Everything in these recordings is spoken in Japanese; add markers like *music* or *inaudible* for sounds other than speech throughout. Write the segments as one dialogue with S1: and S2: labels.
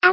S1: ア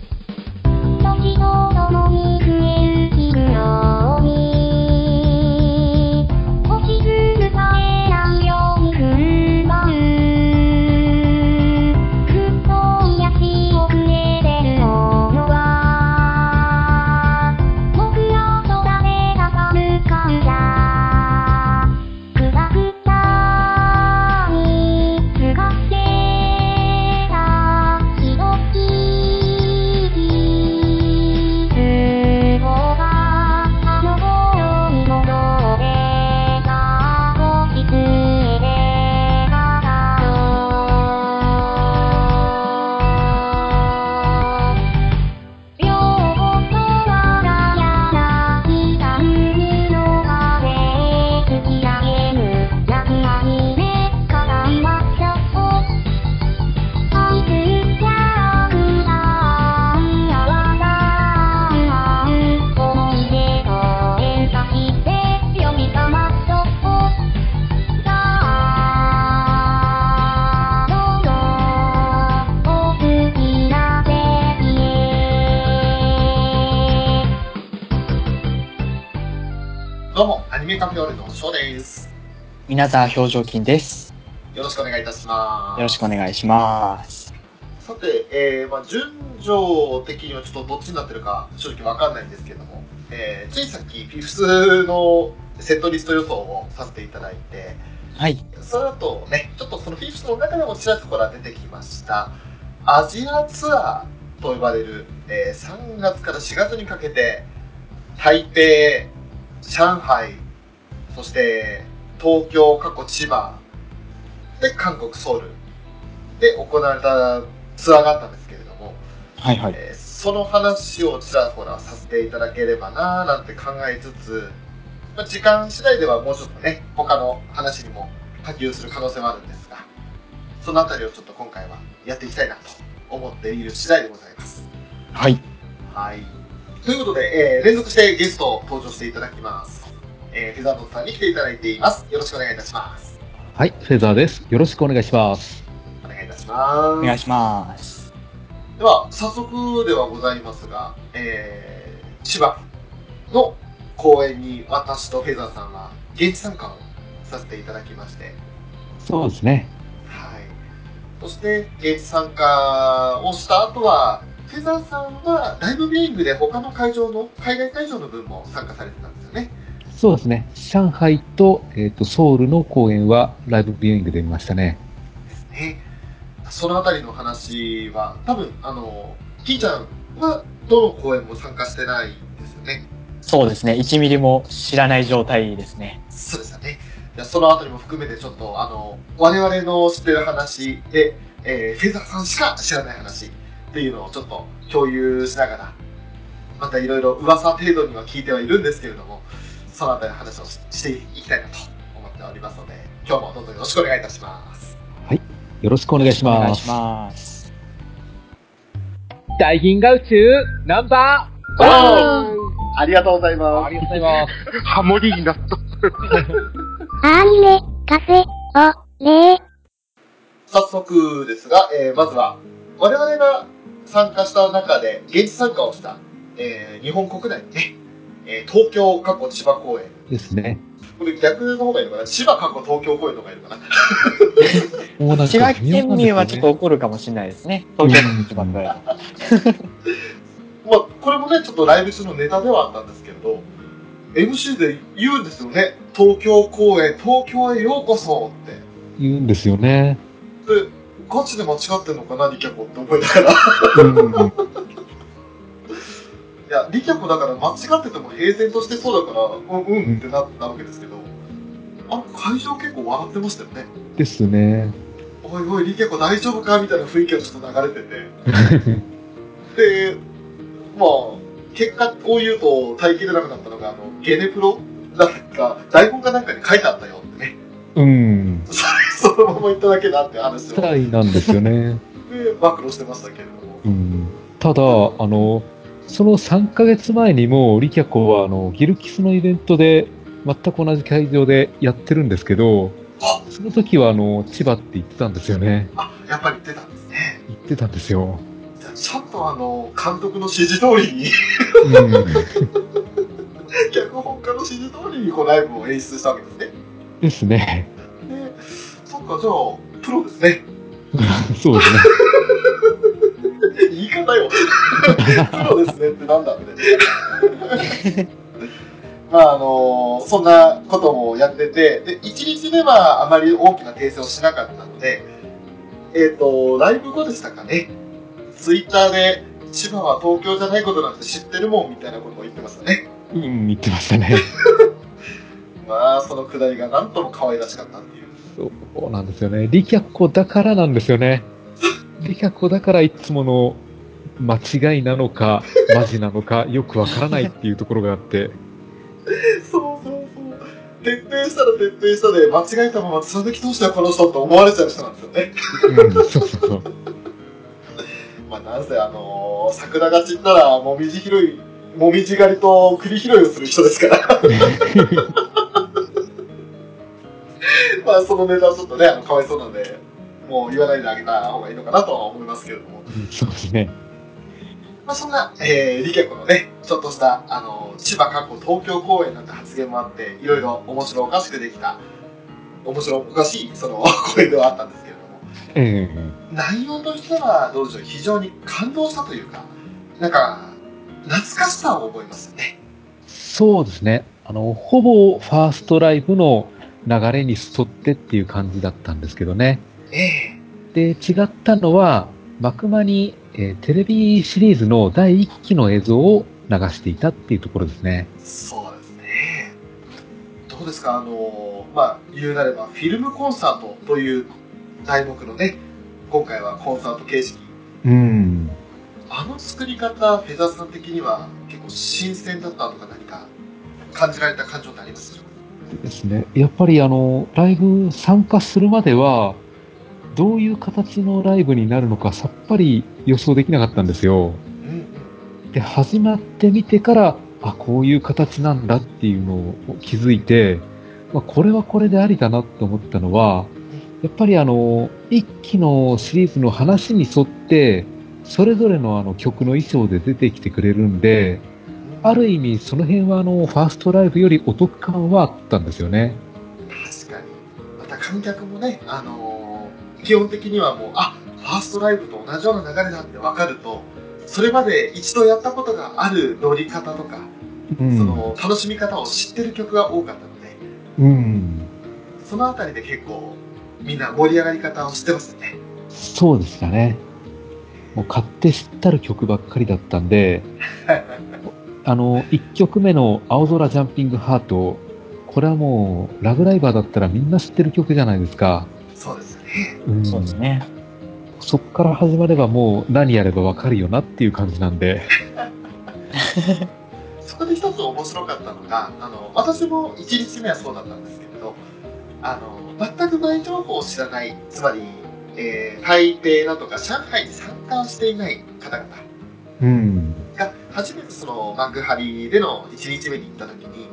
S1: 時とともに増える日暮ように落ちずるさえないように踏ん張るふっと癒し遅れてるものは僕らと誰が寒感だくらくたにすがってたひろきつぼがあの頃に戻れた星つえでたよ両言はが柳田海の風突き上げるラフアニメか頑張っちゃおう愛するキャラクターやわらん思い出と連鎖して呼び覚まっちゃおうさあどうぞお好きな席へ
S2: どうも、アニメカフェオレの翔です。
S3: 皆さん表情筋です。
S2: よろしくお願いいたします。
S3: よろしくお願いします。
S2: さて、えー、まあ順序的にはちょっとどっちになってるか正直わかんないんですけども、えー、ついさっきフィフスのセットリスト予想をさせていただいて、
S3: はい。
S2: その後ね、ちょっとそのフィフスの中でもちらっとこれは出てきました、アジアツアーと呼ばれる、えー、3月から4月にかけて、台北、上海、そして東京、過去千葉、で、韓国、ソウルで行われたツアーがあったんですけれども、
S3: はいはい。
S2: えーその話をちらほらさせていただければなーなんて考えつつ、まあ、時間次第ではもうちょっとね他の話にも波及する可能性もあるんですがそのあたりをちょっと今回はやっていきたいなと思っている次第でございます。
S3: はい。
S2: はいということで、えー連続してゲストを登場していただきます、えー、フェザードンさんに来ていただいていますよろしくお願いいたします
S4: はい、フェザーです。よろしくお願いします。
S2: お願いいたします
S3: お願いします。
S2: では早速ではございますが、えー、千葉の公演に私とフェザーさんは現地参加をさせていただきまして、
S4: そうですね。
S2: はい、そして現地参加をした後はフェザーさんはライブビューイングで他の会場の海外会場の分も参加されてたんですよね
S4: そうですね。上海と、えっ、と、ソウルの公演はライブビューイングで見ましたね。
S2: ですねそのあたりの話は多分あのキーちゃんはどの公演も参加してないんですよね
S3: そうですね。1ミリも知らない状態ですね。
S2: そうですよね。じゃあそのあたりも含めてちょっとあの我々の知ってる話で、えー、フェザーさんしか知らない話っていうのをちょっと共有しながらまたいろいろ噂程度には聞いてはいるんですけれどもそのあたりの話をししていきたいなと思っておりますので今日もどうぞよろしくお願いいたします。
S4: よろしくお願いし
S3: お願
S4: ま
S3: い
S4: す。
S3: します。
S4: 大銀河宇宙ナンバー
S2: ありがとうござい
S4: あ
S2: ます。
S4: りがとうございます。
S5: ハモリに
S4: *laughs*
S5: なった。
S1: アニメカフェオレ
S2: 早速ですが、えーまずは我々が参加した中で現地参加をした、えー日本国内のね、えー東京過去千葉公演
S4: ですね。
S2: これ逆の方がいいのかな千葉過去東京公演の方がいいのかな
S4: もうなん
S3: 千葉
S4: か微妙
S3: 県
S4: な
S3: 民
S4: んですよね
S3: はちょっと怒るかもしれないですね。東京の一番ぐらい。
S2: まあこれもねちょっとライブ中のネタではあったんですけれど MC で言うんですよね東京公演東京へようこそって
S4: 言うんですよね。
S2: でガチで間違ってんのかなリキャコって思いながら *laughs* い
S4: うん。
S2: やリキャコだから間違ってても平然としてそうだからうんうんってなったわけですけどあの会場結構笑ってましたよね
S4: ですね。
S2: おいおいリケコ大丈夫かみたいな雰囲気がちょっと流れててでまあ結果を言うと耐えきれなくなったのがあのゲネプロなんか台本かなんかに書いてあったよってね *laughs*
S4: うん。
S2: そのまま言っただけだって話をで
S4: 期待なんですよね。
S2: 暴露してましたけれども
S4: うん。ただ、あの、その3ヶ月前にも、リキャコは、あの、ギルキスのイベントで、全く同じ会場でやってるんですけど
S2: あ、
S4: その時は、あの、千葉って言ってたんですよね。
S2: あ、やっぱり言ってたんですね。
S4: 言ってたんですよ。
S2: じゃあちょっとあの、監督の指示通りに、 *laughs*
S4: うん。
S2: 脚本家の指示通りにこうライブを演出したわけですね。
S4: *laughs* ですね。
S2: で、そっか、じゃあ、プロですね。
S4: そうですね。
S2: 言い方よ。プロですねってなんだって。まあ、あのそんなこともやってて、で、一日目はあまり大きな訂正をしなかったので、えっ、と、ライブ後でしたかね。ツイッターで、千葉は東京じゃないことなんて知ってるもんみたいなことを言ってましたね。
S4: うん、言ってましたね。
S2: まあ、そのくだりがなんとも可愛らしかったっていう。
S4: そうなんですよね。リキャコだからなんですよね。リキャコだからいつもの間違いなのか、マジなのか、よくわからないっていうところがあって、
S2: そうそうそう。徹底したら徹底したで、間違えたまま続き通してはこの人って思われちゃう人なんですよね。
S4: うん、そうそうそう。
S2: まあ、なんせ、あのー桜が散ったら、もみじ拾い、もみじ狩りと栗拾いをする人ですから。まあ、そのネタはちょっとね、あの、かわいそうなので、もう言わないであげた方がいいのかなとは思いますけれども。
S4: うんそうですね。
S2: まあ、そんな、えー、リケコのね、ちょっとした、あの、千葉過去東京公演なんて発言もあって、いろいろ面白おかしくできた、面白おかしい、その、 *laughs* 公演ではあったんですけれども、
S4: え
S2: 内容としては、どうでしょう、非常に感動したというか、なんか、懐かしさを覚えますよね。
S4: えそうですね。あの、ほぼファーストライブの流れに沿ってっていう感じだったんですけどね。
S2: ええ
S4: で、違ったのは、幕間に、えーテレビシリーズの第1期の映像を流していたっていうところですね。
S2: そうですね。どうですか、あのまあ、言うなれば、フィルムコンサートという題目のね、今回はコンサート形式。
S4: うん。
S2: あの作り方、フェザーさん的には結構新鮮だったとか何か感じられた感情ってありますでしょうか
S4: ですね。やっぱりあの、ライブ参加するまでは、どういう形のライブになるのかさっぱり予想できなかったんですよ。
S2: うん
S4: で、始まってみてから、あ、こういう形なんだっていうのを気づいて、まあ、これはこれでありだなと思ったのは、やっぱりあの、一期のシリーズの話に沿って、それぞれのあの曲の衣装で出てきてくれるんで、
S2: うん。
S4: ある意味その辺はあの、ファーストライブよりお得感はあったんですよね。
S2: 確かに。また観客もね、あのー基本的にはもう、あファーストライブと同じような流れだって分かると、それまで一度やったことがある乗り方とか、
S4: うん
S2: その楽しみ方を知ってる曲が多かったので、
S4: うん、
S2: そのあたりで結構みんな盛り上がり方を知ってますよね。
S4: そうでしたね。もう買って知ったる曲ばっかりだったんで、あの、1曲目の青空ジャンピングハート、これはもう、ラブライバーだったらみんな知ってる曲じゃないですか。
S2: そうですよね。
S4: うん
S3: そうですね。
S4: そっから始まればもう何やればわかるよなっていう感じなんで。
S2: そこで一つ面白かったのが、あの私も1日目はそうだったんですけれど、あの全く前情報を知らない、つまり、えー台北だとか上海に参加をしていない方々
S4: うん。
S2: が初めてその幕張での1日目に行った時に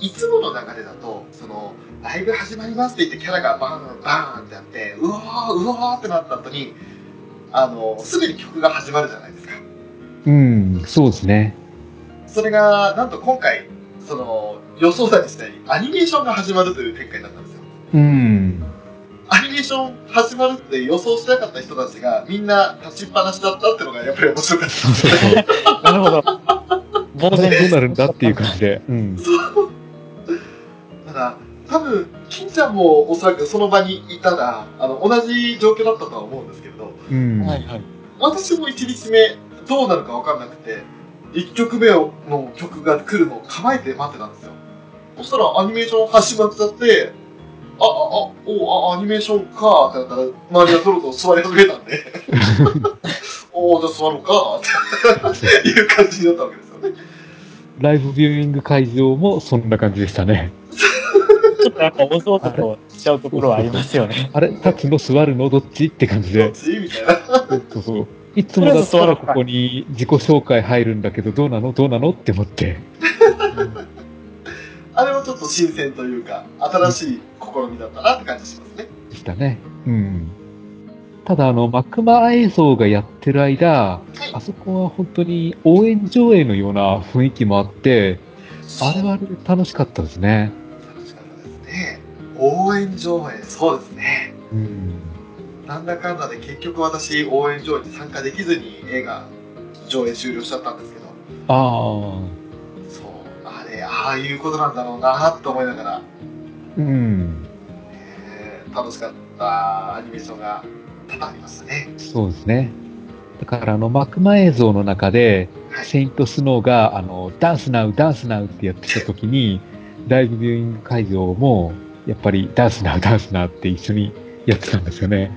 S2: いつもの流れだとそのライブ始まりますって言ってキャラがバーンバーンってやってうわーうわーってなった後にあのすぐに曲が始まるじゃないですか
S4: うん、そうですね。
S2: それがなんと今回その予想だにしたりアニメーションが始まるという展開になったんですよ
S4: うん。
S2: アニメーション始まるって予想しなかった人たちがみんな立ちっぱなしだったってのがやっぱり面白かった
S4: そうそうそう。
S3: なるほど。呆
S4: これ
S3: 然
S4: どうなるんだっていう感じで。うん。
S2: ただ多分金ちゃんもおそらくその場にいたらあの同じ状況だったとは思うんですけれど
S4: うん。
S3: はいはい。
S2: 私も1日目どうなるか分かんなくて1曲目の曲が来るのを構えて待ってたんですよそしたらアニメーション始まっちゃってあああおあアニメーションかってなったら周りがそろそろ座り始めたんでおおじゃあ座ろうかっていう感じだったわけですよね
S4: ライブビューイング会場もそんな感じでしたね。
S3: ちょっとやっぱおぞおぞとしちゃうところはありますよね。
S4: あれ立つの座るのどっちって感じ
S2: どっ
S4: で。
S2: ちみたいな
S4: そうそう。いつもだったらここに自己紹介入るんだけど、どうなのどうなのって思って。
S2: あれもちょっと新鮮というか、新しい試みだったなって感じしますね。
S4: でしたね。うん。ただ、あの、マクマ映像がやってる間、
S2: はい
S4: あそこは本当に応援上映のような雰囲気もあって、あれはあれで楽しかったですね。
S2: 楽しかったですね。応援上映、そうですね。
S4: うん。
S2: なんだかんだで結局私、応援上映に参加できずに映画上映終了しちゃったんですけど、
S4: ああ。
S2: そう、あれ、ああいうことなんだろうなと思いながら、
S4: うん。
S2: えー楽しかったアニメーションが多々ありましたね。
S4: そうですね。だから、あの、マクマ映像の中で、
S2: はい
S4: セイントスノーが、あの、ダンスナウ、ダンスナウってやってた時に、ライブビューイング会場も、やっぱりダンスナウ、ダンスナウって一緒にやってたんですよね。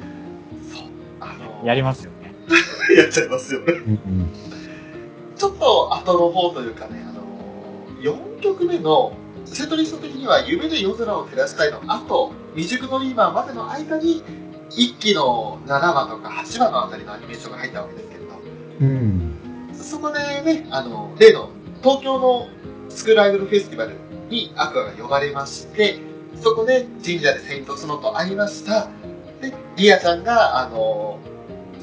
S2: そう。あの、
S3: やりますよね。
S2: *laughs* やっちゃいますよね。
S4: うんうん。
S2: ちょっと後の方というかね、あの4曲目の、セットリスト的には、夢で夜空を照らしたいの後、未熟のリーマーまでの間に、1期の7話とか8話のあたりのアニメーションが入ったわけですけれど、
S4: うん。
S2: そこでね、あの、例の東京のスクールアイドルフェスティバルにアクアが呼ばれまして、そこで神社でセイントスノーと会いました。で、リアちゃんが、あの、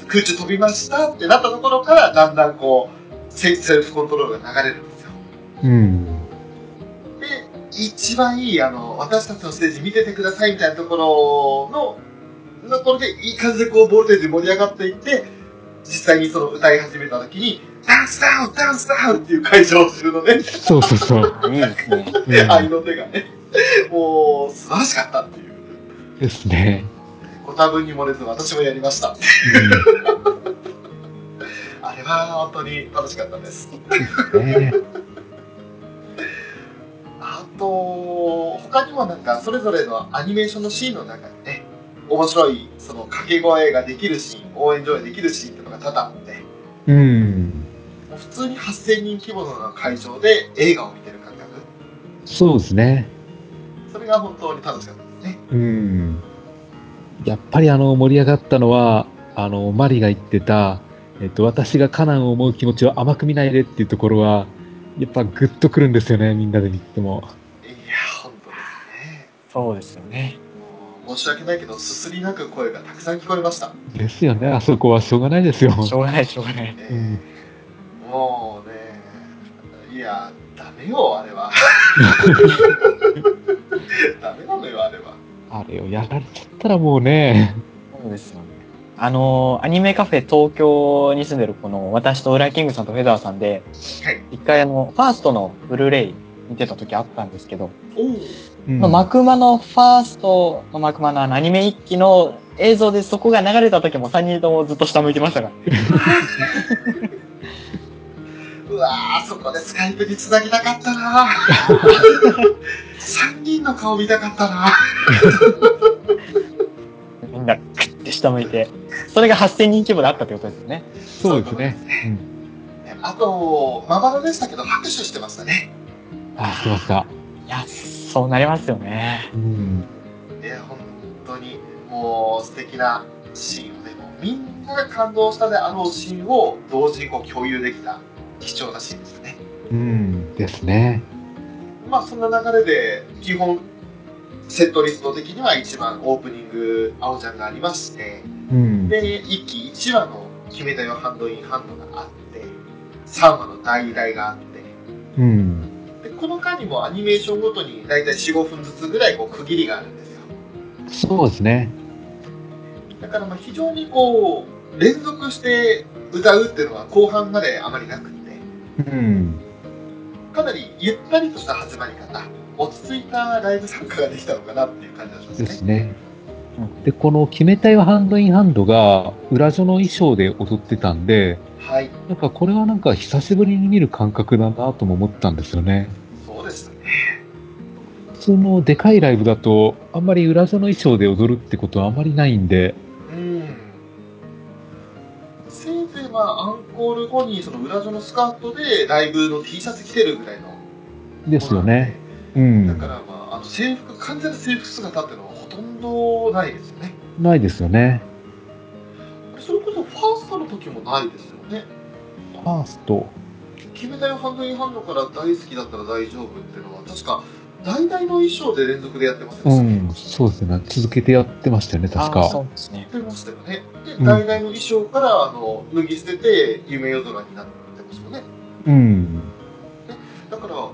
S2: 空中飛びましたってなったところから、だんだんこう、セセルフコントロールが流れるんですよ。
S4: うん。
S2: で、一番いい、あの、私たちのステージ見ててくださいみたいなところの、のところで、いい感じでこう、ボルテージ盛り上がっていって、実際にその歌い始めた時に、ダンスダウンダンスダウンっていう会場をするのね、
S4: そうそう
S2: *laughs*
S4: そう。
S3: いいですね。
S4: うん
S2: 愛の手がね、もう、素晴らしかったっていう。
S4: ですね。
S2: ご多分に漏れず私もやりました。あれは本当に楽しかったです。
S4: うんね
S2: あと、他にもなんか、それぞれのアニメーションのシーンの中にね、面白い、その掛け声ができるシーン、応援上映できるシーンっていうのが多々あって、
S4: うん。
S2: もう普通に8000人規模の会場で映画を見てる感覚、
S4: そうですね。
S2: それが本当に楽しかったですね。
S4: うん。やっぱりあの、盛り上がったのは、あの、マリが言ってた、えっと、私がカナンを思う気持ちを甘く見ないでっていうところは、やっぱグッとくるんですよね、みんなで見ても。
S2: いや、本当ですね。
S3: そうですよね。
S2: もう申し訳ないけど、すすり泣く声がたくさん聞こえました。
S4: ですよね、あそこはしょうがないですよ。
S3: しょうがない、しょうがない。
S4: うん
S2: もうね、いや、ダメよ、あれは。ダメなのよ、あれは。
S4: あれをやられちゃったらもうね、
S3: そうですよね。あの、アニメカフェ東京に住んでるこの、私とウライキングさんとフェザーさんで、
S2: はい。
S3: 一回あの、ファーストのブルーレイ見てた時あったんですけど、
S2: おお。
S4: うん
S3: まあマクマのファーストのマクマのあのアニメ一期の映像でそこが流れた時も3人ともずっと下向いてましたからね。
S2: うわー、そこでスカイプに繋ぎたかったな三3人の顔見たかったな
S3: みんなクッて下向いて。それが8000人規模であったってことですよね。
S4: そうですね。
S2: あと、まばらでしたけど、拍手してましたね。
S4: あ、してました。
S3: いや、そうなりますよね。
S4: うん。
S2: いや、本当に、もう、素敵なシーンをね、もうみんなが感動したであろうシーンを同時にこう共有できた貴重なシーンでしたね。
S4: うん。ですね。
S2: まあ、そんな流れで、基本、セットリスト的には一番オープニング、青ちゃんがありまして、
S4: うん。
S2: で、一期一話の決めたよハンドインハンドがあって、3話の大々があって、
S4: うん。
S2: でこの間にもアニメーションごとに大体4、5分ずつぐらいこう区切りがあるんですよ。
S4: そうですね。
S2: だからまあ非常にこう、連続して歌うっていうのは後半まであまりなくて、
S4: うん。
S2: かなりゆったりとした始まり方、落ち着いたライブ参加ができたのかなっていう感じがします
S4: で
S2: ね。
S4: すね。で、この決めたよハンドインハンドが、裏所の衣装で踊ってたんで、
S2: はい。
S4: なんかこれはなんか久しぶりに見る感覚だなとも思ったんですよね。
S2: そうですね。
S4: 普通のでかいライブだと、あんまり裏所の衣装で踊るってことはあまりないんで、
S2: うん。せいぜいまあアンコール後にその裏所のスカートでライブの T シャツ着てるぐらいの。
S4: ですよね。。う
S2: だから
S4: ん。
S2: まあ、あの制服、完全な制服姿っていうのはほとんどないですよね。
S4: ないですよね。
S2: それこそファーストの時時もないですよね。
S4: ファースト。
S2: 決めたよ、半分インハンドから大好きだったら大丈夫っていうのは、確か、大々の衣装で連続でやってませんで
S4: う
S2: したっけ
S4: ん、そうですね。続けてやってましたよね、確
S3: あーそう
S4: か。
S3: ですね。
S2: やってましたよね。で、
S4: うん
S2: 大々の衣装から、あの、脱ぎ捨てて、夢夜空になってますよね。
S4: うん。
S2: だから、多分、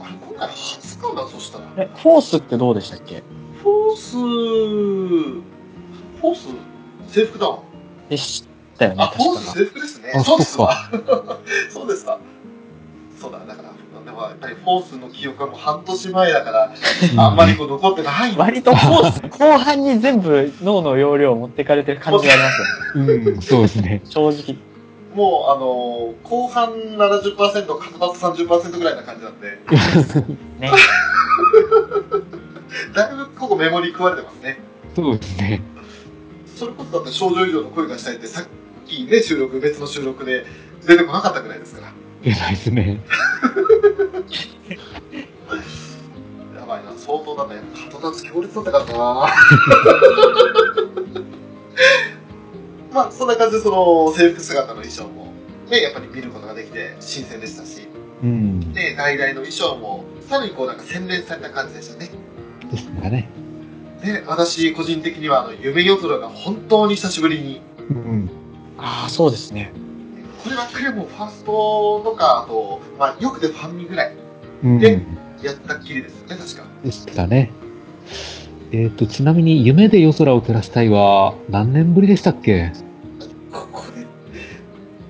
S2: あれ、今回初かな、そしたら。
S3: え、フォースってどうでしたっけ
S2: フォース、フォース、制服だわ。
S3: でしたよね、
S2: あ、フォー
S3: 確
S2: ス
S3: か。
S2: 制服ですね。
S4: あ
S2: そうです
S4: そっ
S2: わ。そうですか。そうだ、だから、でもやっぱりフォースの記憶はもう半年前だから、あんまりこう残ってないんで
S3: 割とフォ *laughs* ース、後半に全部脳の容量を持ってかれてる感じがありますよね。
S4: うん、そうですね。
S3: 正直。
S2: もう、あのー後半70%、片方30%ぐらいな感じなんで、
S3: ね。
S2: だいぶここメモリ食われてますね。
S4: そうですね。
S2: それこそだって少女以上の恋がしたいって、さっきね、収録、別の収録で出てこなかったぐらいですから。
S4: 偉いですね。
S2: やばいな、相当だね。片立強烈だったからな。まあ、そんな感じで、その制服姿の衣装も、ね、やっぱり見ることができて、新鮮でしたし、
S4: うん。
S2: で、外来の衣装も、さらにこう、なんか洗練された感じでしたね。
S4: ですかね。
S2: で、私、個人的には、あの、夢夜空が本当に久しぶりに、
S4: うん。
S3: ああ、そうですね。
S2: こればっかりはもう、ファーストとか、あと、まあ、よくてファンミぐらい、
S4: うん。
S2: で
S4: で
S2: やったっきりですよね、確か。
S4: したね。えっ、と、ちなみに、夢で夜空を照らしたいは、何年ぶりでしたっけ
S2: ここで、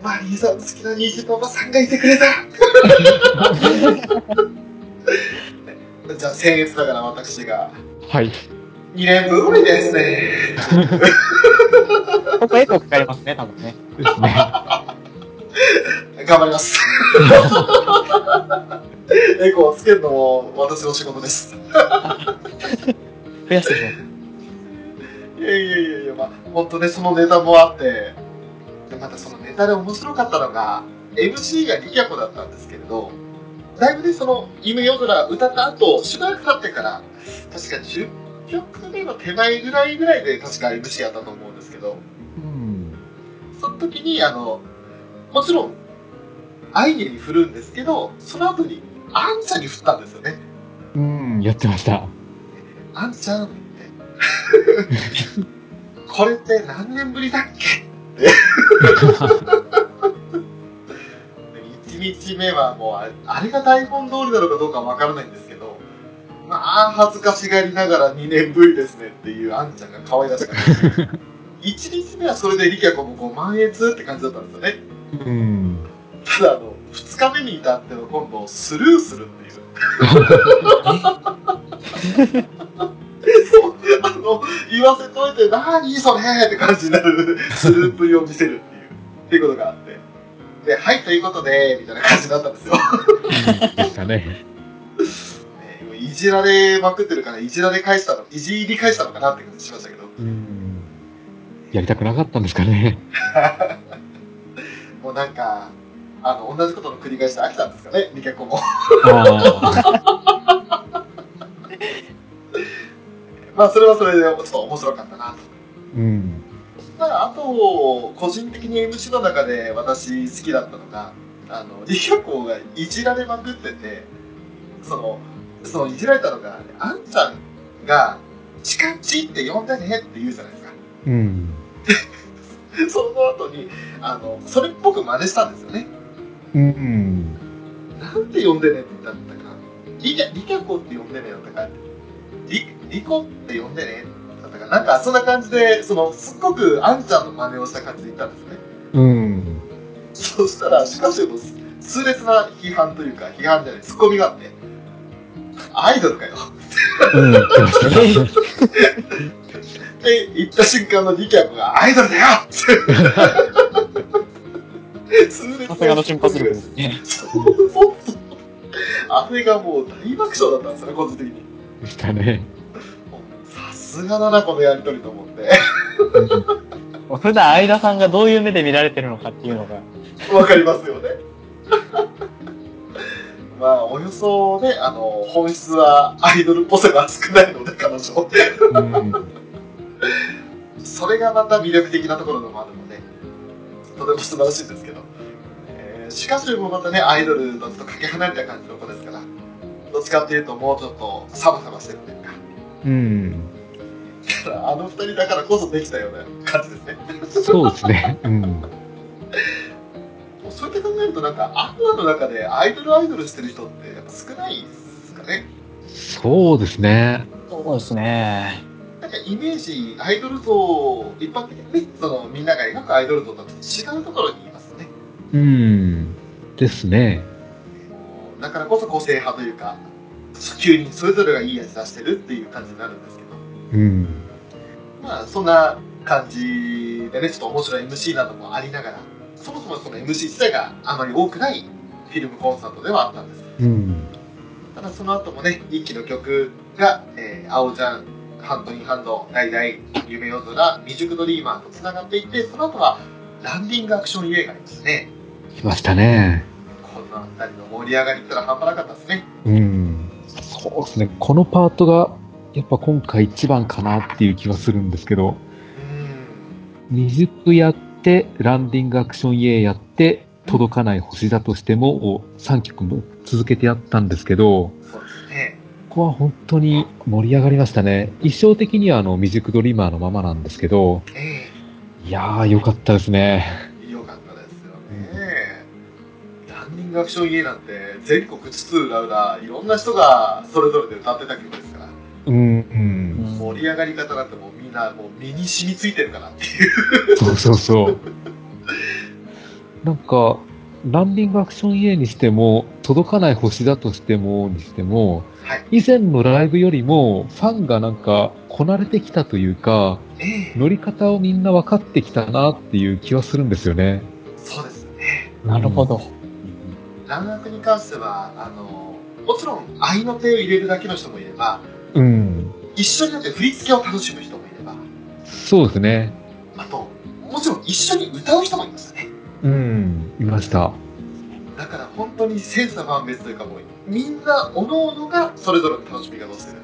S2: マリーさんの好きな虹パパさんがいてくれた *laughs* じゃあ、僭越だから私が、
S4: はい。
S2: 2年分ぶりですね。
S3: ここエコーかかりますね、多分ね。
S4: ですね。 *laughs*
S2: 頑張り *laughs* ます。エコーをつけるのも私の仕事です。
S3: 増やしてしまう。
S2: いやいやいやいや、まあ、本当ね、そのネタもあって、でまたそのネタで面白かったのが、MC がリキャコだったんですけれど、だいぶね、その、夢夜空歌った後、しばらく経ってから、確か10曲目の手前ぐらいぐらいで、確か MC やったと思うんですけど、
S4: うん。
S2: その時に、あの、もちろん、アイネに振るんですけど、その後に、アンちゃんに振ったんですよね。
S4: うん、やってました。
S2: あんちゃんって。これって何年ぶりだっけって。1日目はもうあれ、あれが台本通りなのかどうかわからないんですけど、まあ、恥ずかしがりながら2年ぶりですねっていうあんちゃんが可愛らしかった。1日目はそれでリキャコもこう満悦って感じだったんですよね。
S4: うん。
S2: ただあの、2日目に至っては今度スルーするっていう。そう、あの、言わせといて、なーにそれって感じになる、スループリを見せるっていう、っていうことがあって。で、はい、ということで、みたいな感じになったんですよ。
S4: でしたね。
S2: ね今いじられまくってるから、いじられ返したの、いじり返したのかなって感じしましたけど、
S4: うん。やりたくなかったんですかね。
S2: もうなんか、あの、同じことの繰り返しで飽きたんですかね、二脚も。
S4: あ
S2: まあ、それはそれで、ちょっと面白かったなと。
S4: ー *laughs* うん。
S2: まあ、あと、個人的に MC の中で私好きだったのが、あの、リカコがいじられまくってて、その、そのいじられたのが、あんちゃんが、チカチって呼んでねって言うじゃないですか。 *laughs*
S4: うん。
S2: その後に、あの、それっぽく真似したんですよね。
S4: うん。
S2: なんて呼んでねって言ったんだったかな。リキャ、リキャコって呼んでねだったか。リ、リコって呼んでねだったかな。なんかそんな感じで、その、すっごくあんちゃんの真似をした感じで言ったんですね。
S4: うん。
S2: そしたら、しかしも痛烈な批判というか、批判じゃない、ツッコミがあって、アイドルかよ
S4: うん。やってましたね。
S2: って言った瞬間のリキャコが、アイドルだよ
S3: *laughs*
S2: って。痛烈
S3: さすがの瞬発力ですね。
S2: そうそうそうあれがもう大爆笑だったんですよね、個人的に。
S4: でしたね。
S2: さすがだな、このやりとりと思って。
S4: う
S3: 普段、相田さんがどういう目で見られてるのかっていうのが。
S2: わかりますよね。 *laughs* まあ、およそね、あの、本質はアイドルっぽさが少ないので、彼女。
S4: ん。
S2: それがまた魅力的なところでもあるので、とても素晴らしいですけど、えー、シカシューもまたねアイドルとちょっとかけ離れた感じの子ですからどっちかっていうともうちょっとサバサバしてるというか
S4: うん。
S2: だからあの二人だからこそできたような感じですね
S4: そうですね。うん。
S2: もうそうやって考えるとなんかアクアの中でアイドルアイドルしてる人ってやっぱ少ないですかね
S4: そうですね。
S3: そうですね。
S2: なんかイメージアイドル像一般的にねそのみんなが描くアイドル像とはちょっと違うところにいますね
S4: うん。ですね。
S2: もうだからこそ個性派というか急にそれぞれがいいやつ出してるっていう感じになるんですけど
S4: うん。
S2: まあそんな感じでねちょっと面白い MC などもありながらそもそもその MC 自体があまり多くないフィルムコンサートではあったんです
S4: うん。
S2: ただその後もね一期の曲が「えー、青ちゃん」「ハンドインハンド」「大々」「夢夜空」「未熟ドリーマー」とつながっていってその後はランディングアクション映画ですね
S4: 来ましたね。
S2: この辺りの盛り上がりったら半端なかったですね
S4: うん。そうですね。このパートが、やっぱ今回一番かなっていう気がするんですけど、
S2: うん
S4: 20やって、ランディングアクション A やって、届かない星だとしても、を3曲も続けてやったんですけど、
S2: そうですね
S4: ここは本当に盛り上がりましたね。一生的にはあの、未熟ドリーマーのままなんですけど、
S2: え
S4: いやー、良かったですね。
S2: えよかったですよねランニングアクション家なんて全国津々浦々いろんな人がそれぞれで歌ってた曲ですから
S4: うん、う。
S3: うんん
S2: 盛り上がり方なんてもうみんなもう身に染みついてるかなっていう
S4: そうそうそう。なんか、ランディングアクション A にしても、届かない星だとしても、にしても、
S2: はい
S4: 以前のライブよりも、ファンがなんか、こなれてきたというか、
S2: え
S4: 乗り方をみんな分かってきたなっていう気はするんですよね。
S2: えそうですね
S3: なるほど。
S2: 蘭学に関してはあのもちろん愛の手を入れるだけの人もいれば
S4: うん。うん。
S2: 一緒になって振り付けを楽しむ人もいれば
S4: そうですね。
S2: あともちろん一緒に歌う人もいましたね
S4: うん。いました。
S2: だから本当に千差万別というかもうみんな各々がそれぞれの楽しみ方をしてる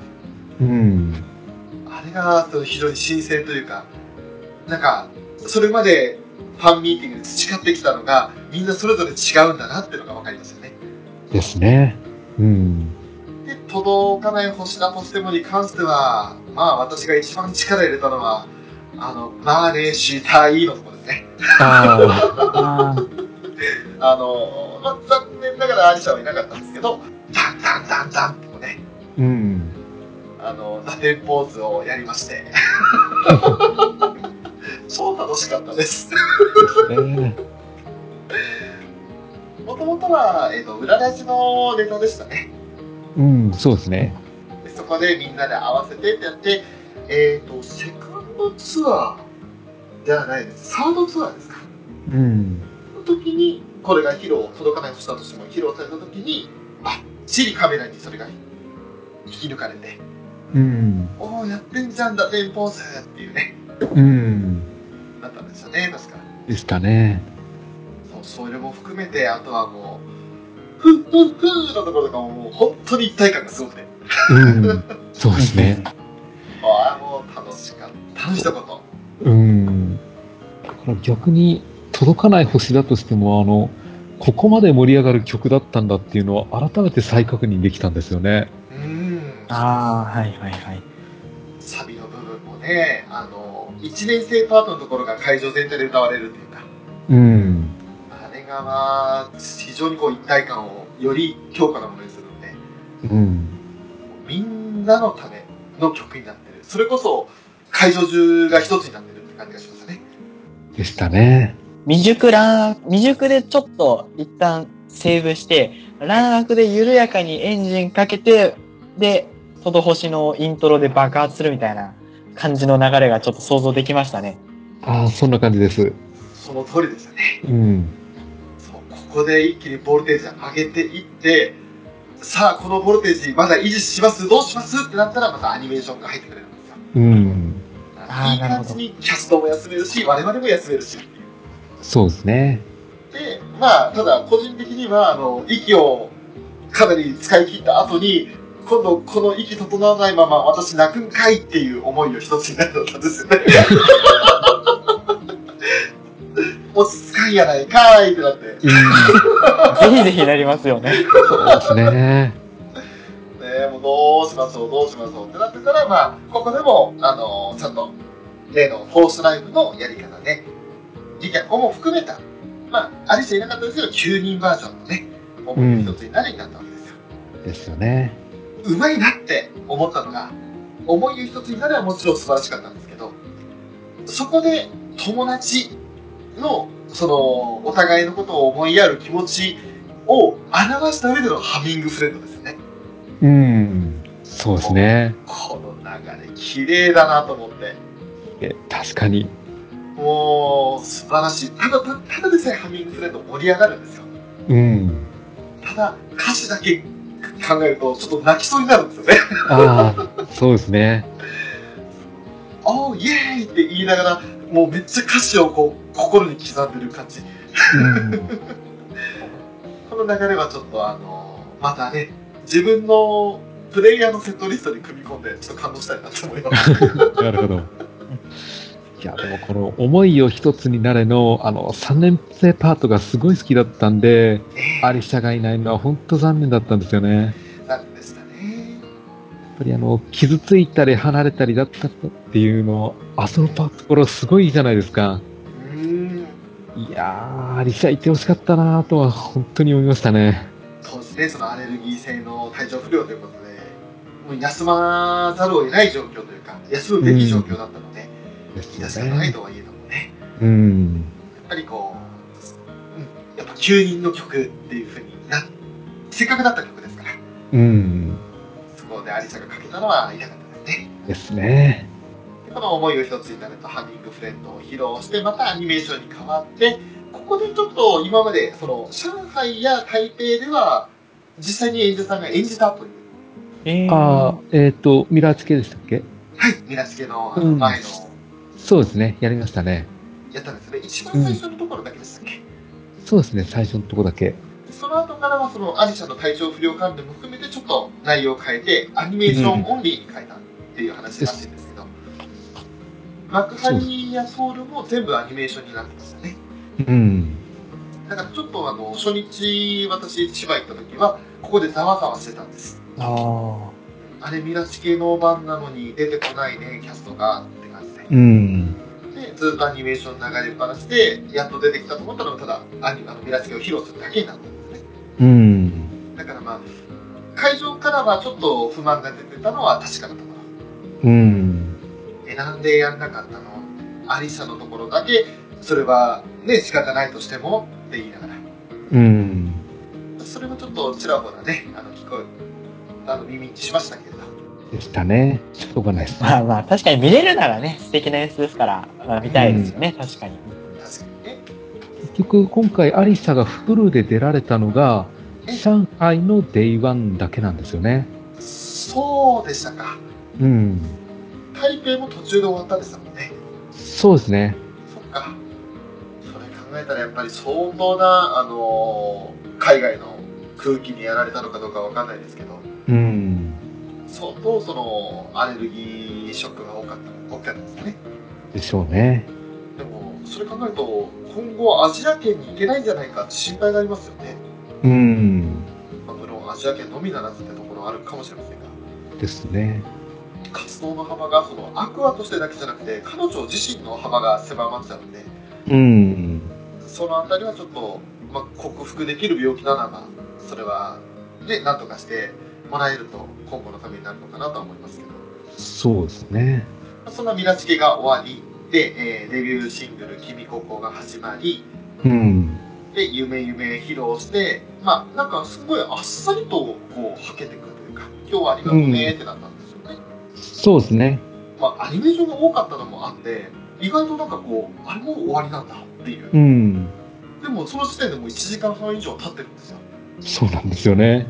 S4: うん。
S2: あれがその非常に新鮮というか、なんか、それまでファンミーティングで培ってきたのが、みんなそれぞれ違うんだなっていうのが分かりますよね。
S4: ですね。うん。
S2: で、届かない星だとしてもに関しては、まあ私が一番力入れたのは、あの、マーレーシーターイーのとこですね。
S3: あ
S4: あ
S3: ー
S2: あの、まあ、残念ながらアリシャはいなかったんですけど、ダンダンダンダンとね、
S4: あ。うん。
S2: あの、ラテンポーズをやりまして、 *laughs* 超楽しかったです。
S4: ね
S2: もともとは、えっと裏出しのネタでしたね
S4: うん。そうですね。
S2: でそこでみんなで合わせてってやってえっ、とセカンドツアーではないですサードツアーですか
S4: うん。
S2: の時にこれが披露届かない星だとしても披露された時にバッチリカメラにそれが引き抜かれて
S4: うん。
S2: 「おおやってんじゃんだテンポーズ」っていうね
S4: うん。
S2: なったんですよね確か
S4: でしたね。
S2: そうそれも含めてあとはもう「ふっふっふー」のところとかももう本当に一体感がすごくて
S4: うん。そうですね。
S2: ああもう楽しかった楽しかった
S4: *laughs* うん。だから逆に届かない星だとしても、あの、ここまで盛り上がる曲だったんだっていうのは改めて再確認できたんですよね。
S2: うん
S3: あー、はいはいはい。
S2: サビの部分もねあの1年生パートのところが会場全体で歌われるというか
S4: うん。
S2: あれがまあ非常にこう一体感をより強化なものにするので
S4: うん。
S2: みんなのための曲になってるそれこそ会場中が一つになってるって感じがしますね
S4: でしたね。
S3: 未熟ラン、未熟でちょっと一旦セーブして、ランクで緩やかにエンジンかけて、で、トド星のイントロで爆発するみたいな感じの流れがちょっと想像できましたね。
S4: ああ、そんな感じです。
S2: その通りでしたね
S4: うん。
S2: そうここで一気にボルテージ上げていってさあこのボルテージまだ維持しますどうしますってなったらまたアニメーションが入ってくれるんですよ
S4: うん。
S3: あー
S2: いい感じにキャストも休めるし我々も休めるしっていう
S4: そうですね。
S2: で、まあ、ただ、個人的には、あの、息をかなり使い切った後に、今度、この息整わないまま、私泣くんかいっていう思い
S3: *laughs*
S2: を一つになったんですよね。落ち着かいやないかいってなって。
S3: ぜひぜひなりますよね。
S4: そうですね。
S2: ねえ、もうどうしましょう、どうしましょうってなってから、まあ、ここでも、あのちゃんと、例のフォースライブのやり方ね、リキャコも含めた、まあ、ありしいなかったですけど、9人バージョンのね、思い出一つになるようになったわけですよ。
S4: ですよね。
S2: うまいなって思ったのが、思い出一つになればもちろん素晴らしかったんですけど、そこで友達の、その、お互いのことを思いやる気持ちを表した上でのハミングフレンドですよね。
S4: うん。そうですね。
S2: この流れ綺麗だなと思って
S4: え確かに。
S2: もう素晴らしいただたただでさえハミングフレンド盛り上がるんですよ
S4: うん。
S2: ただ歌詞だけ考えるとちょっと泣きそうになるんですよね *laughs*
S4: ああ、そうですね。
S2: おーイエーイって言いながらもうめっちゃ歌詞をこう心に刻んでる感じ
S4: うん。
S2: この流れはちょっとあのーまたね自分のプレイヤーのセットリストに組み込んでちょっと感動したいなと思います
S4: なるほど。いや、でもこの思いを一つになれの、あの、3年生パートがすごい好きだったんで、アリシャがいないのは本当残念だったんですよね。
S2: なんでしたね
S4: やっぱりあの、傷ついたり離れたりだったっていうの、あそのパートこれすごいいいじゃないですか。
S2: うーん
S4: いやー、アリシャいてほしかったなとは本当に思いましたね。
S2: 当時ねそのアレルギー性の体調不良ということでもう休まざるを得ない状況というか休むべき状況だったので
S4: です
S2: 致し方ないとはいえどもね
S4: うん。
S2: やっぱりこう、うん、やっぱ9人の曲っていう風になせっかくだった曲ですから
S4: うん。
S2: そこでアリサがかけたのは痛かったですね
S4: ですね。
S2: でこの思いを一つになるとハミングフレンドを披露してまたアニメーションに変わってここでちょっと今までその上海や台北では実際に演者さんが演じたという
S3: えー
S4: ああ、えっ、と、ミラー付けでしたっけ
S2: はい、みなしけのあ
S4: う
S2: の
S4: ん
S2: 前の、
S4: そうですね、やりましたね。
S2: やったんですね、一番最初のところだけでしたっけ、
S4: そうですね、最初のとこだけ。
S2: その後からはそのアリシャの体調不良関連も含めてちょっと内容を変えて、アニメーションオンリーに変えたっていう話らしいんですけど、幕張やソウルも全部アニメーションになってましたね。
S4: うん。
S2: だからちょっとあの初日、私、千葉行った時は、ここでざわざわしてたんです。
S3: あ
S2: あれ、ミラシ系の版なのに出てこないね、キャストがって感じで。
S4: うん。
S2: でずっとアニメーション流れっぱなしでやっと出てきたと思ったらただアニあのミラつけを披露するだけになったんですね
S4: うん。
S2: だからまあ会場からはちょっと不満が出てたのは確かだったかな
S4: うん。
S2: えなんでやんなかったのアリサのところだけそれはね仕方ないとしてもって言いながら
S4: うん。
S2: それはちょっとちらほらねあの聞こえあの耳にしましたけれど
S4: でしたね。しょうがないです
S3: あ。。まあまあ、確かに見れるならね、素敵な演出ですから、まあ見たいですよね、確かに。
S2: 確かにね
S4: 結局、今回、アリサがフルで出られたのが、上海のデイワンだけなんですよね。
S2: そうでしたか
S4: うん。
S2: 台北も途中で終わったんですもんね
S4: そうですね。
S2: そっか。それ考えたらやっぱり相当な、あのー海外の空気にやられたのかどうかわかんないですけど、
S4: うん。
S2: 相当そのアレルギーショックが多かった、大きかったですね。
S4: でしょうね。
S2: でも、それ考えると、今後アジア圏に行けないんじゃないかって心配がありますよね。
S4: うん。
S2: まあ、無論アジア圏のみならずってところあるかもしれませんが、
S4: ですね。
S2: 活動の幅がそのアクアとしてだけじゃなくて、彼女自身の幅が狭まっちゃうんで、
S4: うん。
S2: そのあたりはちょっと、まあ、克服できる病気ならば、それは、ね、なんとかしてもらえると、今後のためになるのかなとは思いますけど、ま
S4: そうですね。
S2: あそんなミラチケが終わり、で、えーデビューシングル、君ここが始まり、
S4: うん。
S2: で、夢夢披露して、まあ、なんかすごいあっさりと、こう、はけてくるというか、今日はありがとうねってなったんですよね。
S4: そうですね。
S2: まあ、アニメーションが多かったのもあって、意外となんかこう、あれもう終わりなんだっていう。
S4: うん。
S2: でも、その時点でもう1時間半以上経ってるんですよ。
S4: そうなんですよね。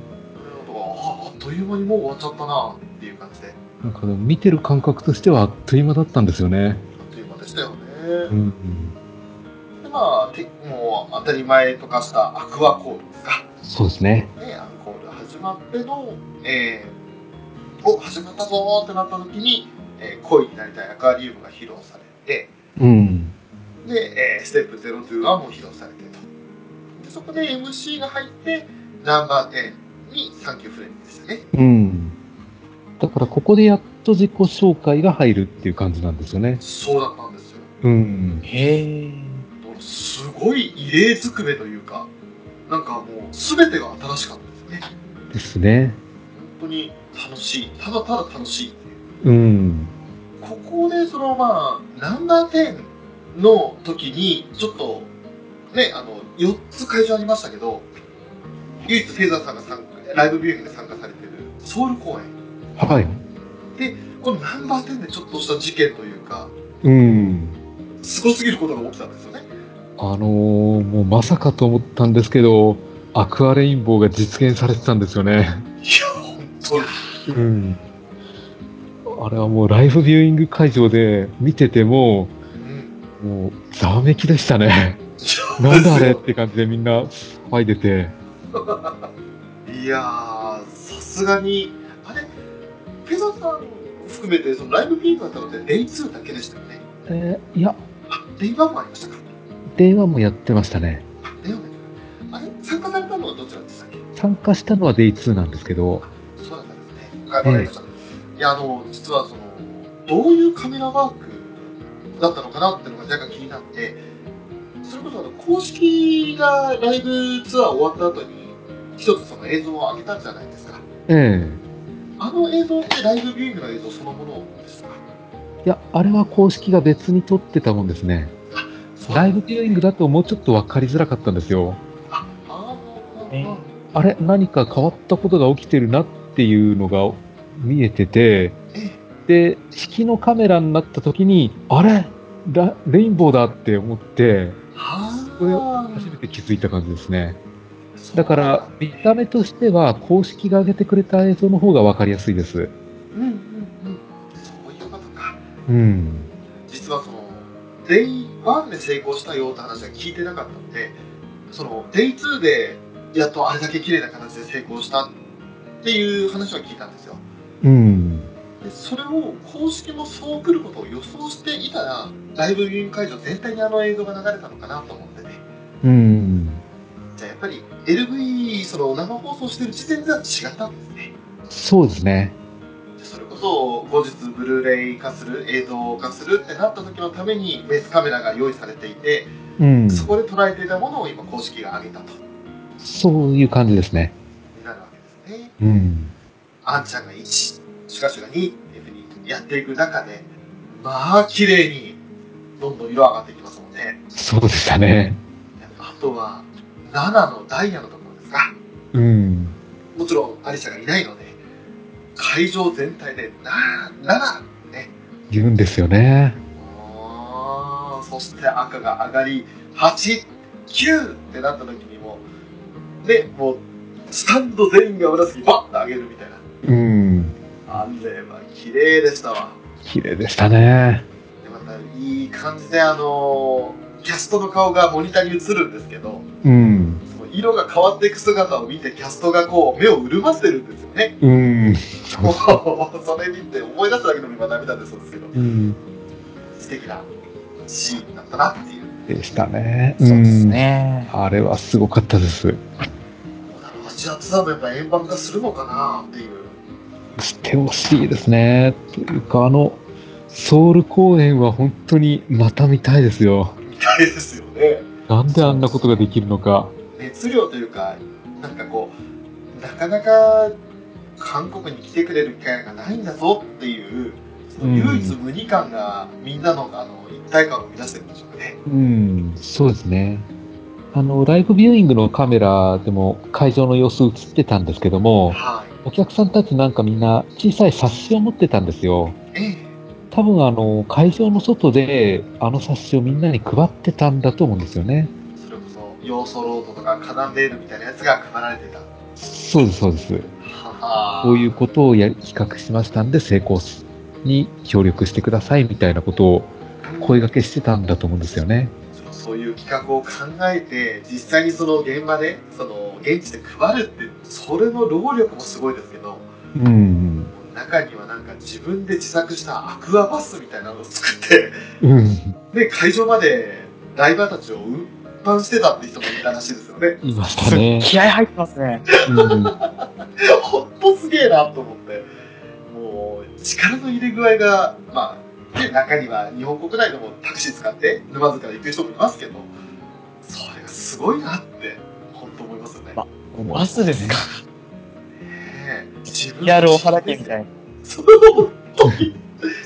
S2: ああっという間にもう終わっちゃったなっていう感じで、
S4: なんかでも見てる感覚としてはあっという間だったんですよね。
S2: あっという間でしたよね。
S4: うん。
S2: で、まあ、てもう当たり前とかしたアクアコールですか。
S4: そうですね。
S2: ね、アンコール始まっての、えー、お、始まったぞーってなった時に、えー恋になりたいアクアリウムが披露されて、
S4: うん。
S2: で、えーステップ02はもう披露されてと。でそこで MC が入って、ナンバー10にサンキューフレームでしたね。
S4: うん。だからここでやっと自己紹介が入るっていう感じなんですよね。
S2: そうだったんですよ。
S4: うん。
S3: へえ。
S2: もうすごい異例ずくめというか、なんかもう全てが新しかったですね。
S4: ですね。
S2: 本当に楽しい。ただただ楽しいっていう。
S4: うん。
S2: ここでそのまあナンバー10の時にちょっとねあの4つ会場ありましたけど唯一セイザーさんが参加ライブビューイングで参加されてるソウル公演
S4: はい。
S2: このナンバー10でちょっとした事件というか
S4: うん。
S2: すごすぎることが起きたんですよね
S4: あのーもうまさかと思ったんですけど、アクアレインボーが実現されてたんですよね。
S2: いや本当に
S4: うん。あれはもうライブビューイング会場で見てても、
S2: うん
S4: もうざわめきでしたね。
S2: いや
S4: なんだあれって感じでみんな騒いでて。
S2: いやーさすがにあれフェザーさん含めてそのライブビューイングだったのってデイ2だけでしたよね
S4: えーいや、
S2: あデイ1もありましたか
S4: 電話もやってましたね。
S2: あデイ1もあれ参加されたのはどちらでしたっけ
S4: 参加したのは Day2 なんですけど、
S2: そうだったんですね。わかりました。いや、あの、実はその、どういうカメラワークだったのかなっていうのが若干気になって、それこそあの、公式がライブツアー終わった後に、一つその映像を上げたじゃないですか。
S4: え
S2: あの映像ってライブビューイングの映像そのものですか
S4: えいや、あれは公式が別に撮ってたもんですね。ライブビューイングだともうちょっと分かりづらかったんですよ。
S2: あー
S3: ね
S4: あれ、何か変わったことが起きてるなっていうのが見えてて、で、式のカメラになった時に、あれラレインボーだって思って、
S2: あ
S4: 初めて気づいた感じですね。
S2: ー
S4: だから、見た目としては、公式が上げてくれた映像の方が分かりやすいです。
S2: うんうんうん。そういうことか。
S4: うん。
S2: 実はその、デイ1で成功したよって話は聞いてなかったので、その、デイ2でやっとあれだけ綺麗な形で成功したっていう話は聞いたんですよ。
S4: うん。
S2: でそれを公式もそう来ることを予想していたら、ライブビューイング会場全体にあの映像が流れたのかなと思ってね。
S4: うん。
S2: じゃあやっぱり LV、その生放送してる時点では違ったんですね。
S4: そうですね。
S2: でそれこそ後日ブルーレイ化する、映像化するってなった時のためにベースカメラが用意されていて、
S4: うん。
S2: そこで捉えていたものを今公式が上げたと
S4: そういう感じですね。
S2: なるわけですね。
S4: うん。
S2: あんちゃんが1、シュカシュが2っていうふうにやっていく中で、まあ綺麗にどんどん色上がってきますもんね。
S4: そうでしたね。
S2: あとは7のダイヤのところですか。
S4: うん。
S2: もちろんアリシャがいないので、会場全体で7、7、
S4: 言うんですよね。
S2: あーそして赤が上がり8、9ってなった時にもう、ね、もうスタンド全員が紫バッと上げるみたいな。
S4: うん。
S2: あれは綺麗でしたわ。
S4: 綺麗でしたね。
S2: でまたいい感じであのキャストの顔がモニターに映るんですけど、
S4: うん。
S2: その色が変わっていく姿を見てキャストがこう目を潤ませてるんですよね。 *laughs*
S4: うん。
S2: も
S4: そう
S2: それ見て思い出すだけでも今涙出そうですけど、
S4: う。うん。
S2: 素敵なシーンだったなっていう。
S4: でしたね。
S3: そうですね。
S4: うん。あれはすごかったです。
S2: 8月だとやっぱ円盤化するのかなっていう。
S4: してほしいですね。というか、あの、ソウル公演は本当にまた見たいですよ。
S2: みたいですよね。
S4: なんであんなことができるのか。
S2: 熱量というか、なんかこう、なかなか韓国に来てくれる機会がないんだぞっていう、その唯一無二感がみんなのあの一体感を生み出してるんでしょうかね。
S4: うん、そうですね。あの、ライブビューイングのカメラでも会場の様子映ってたんですけども、
S2: はい。
S4: お客さんたちなんかみんな小さい冊子を持ってたんですよ。
S2: ええ。
S4: 多分あの、会場の外であの冊子をみんなに配ってたんだと思うんですよね。
S2: それこそ、要素ロードとかカナンデールみたいなやつが配られてた。は
S4: そうです、そうです。
S2: は
S4: こういうことをやり企画しましたんで成功に協力してくださいみたいなことを声掛けしてたんだと思うんですよね。
S2: そうそういう企画を考えて、実際にその現場で、その現地で配るって、それの労力もすごいですけど、
S4: うん。
S2: 中にはなんか自分で自作したアクアバスみたいなのを作って、
S4: うん。
S2: で、会場までライバーたちを運搬してたって人もいたらしいですよ *laughs* ね。
S4: いましたね。
S3: 気合入ってますね。
S4: うん、
S2: ほんとすげえなと思って。もう、力の入れ具合が、まあ、ね、中には日本国内でもタクシー使って沼津から行く人もいますけど、それがすごいなって、本当思いますよね。
S3: まバスですか。
S2: ねえ自分
S3: リアルお肌けみたいな。
S2: そう、本当 *laughs* に。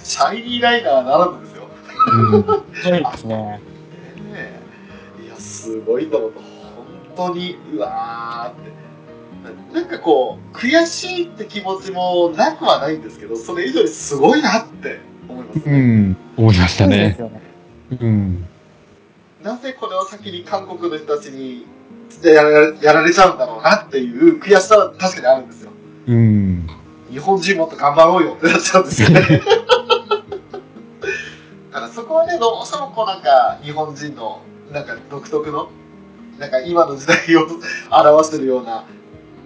S2: シャイニーライナーならずですよ。
S4: うん
S3: そうですね。
S2: ねえいやすごいと思った本当にうわーってななんかこう悔しいって気持ちもなくはないんですけどそれ以上にすごいなって思います
S4: う
S2: ね、
S4: ん、思いました
S3: そうで
S4: ね
S3: す。よね。
S4: うん。
S2: なぜこれを先に韓国の人たちにやられやられちゃうんだろうなっていう悔しさは確かにあるんですよ
S4: うん。
S2: 日本人もっと頑張ろうよってなっちゃうんですよねだからそこはねどうしてもこうなんか日本人のなんか独特のなんか今の時代を表してるような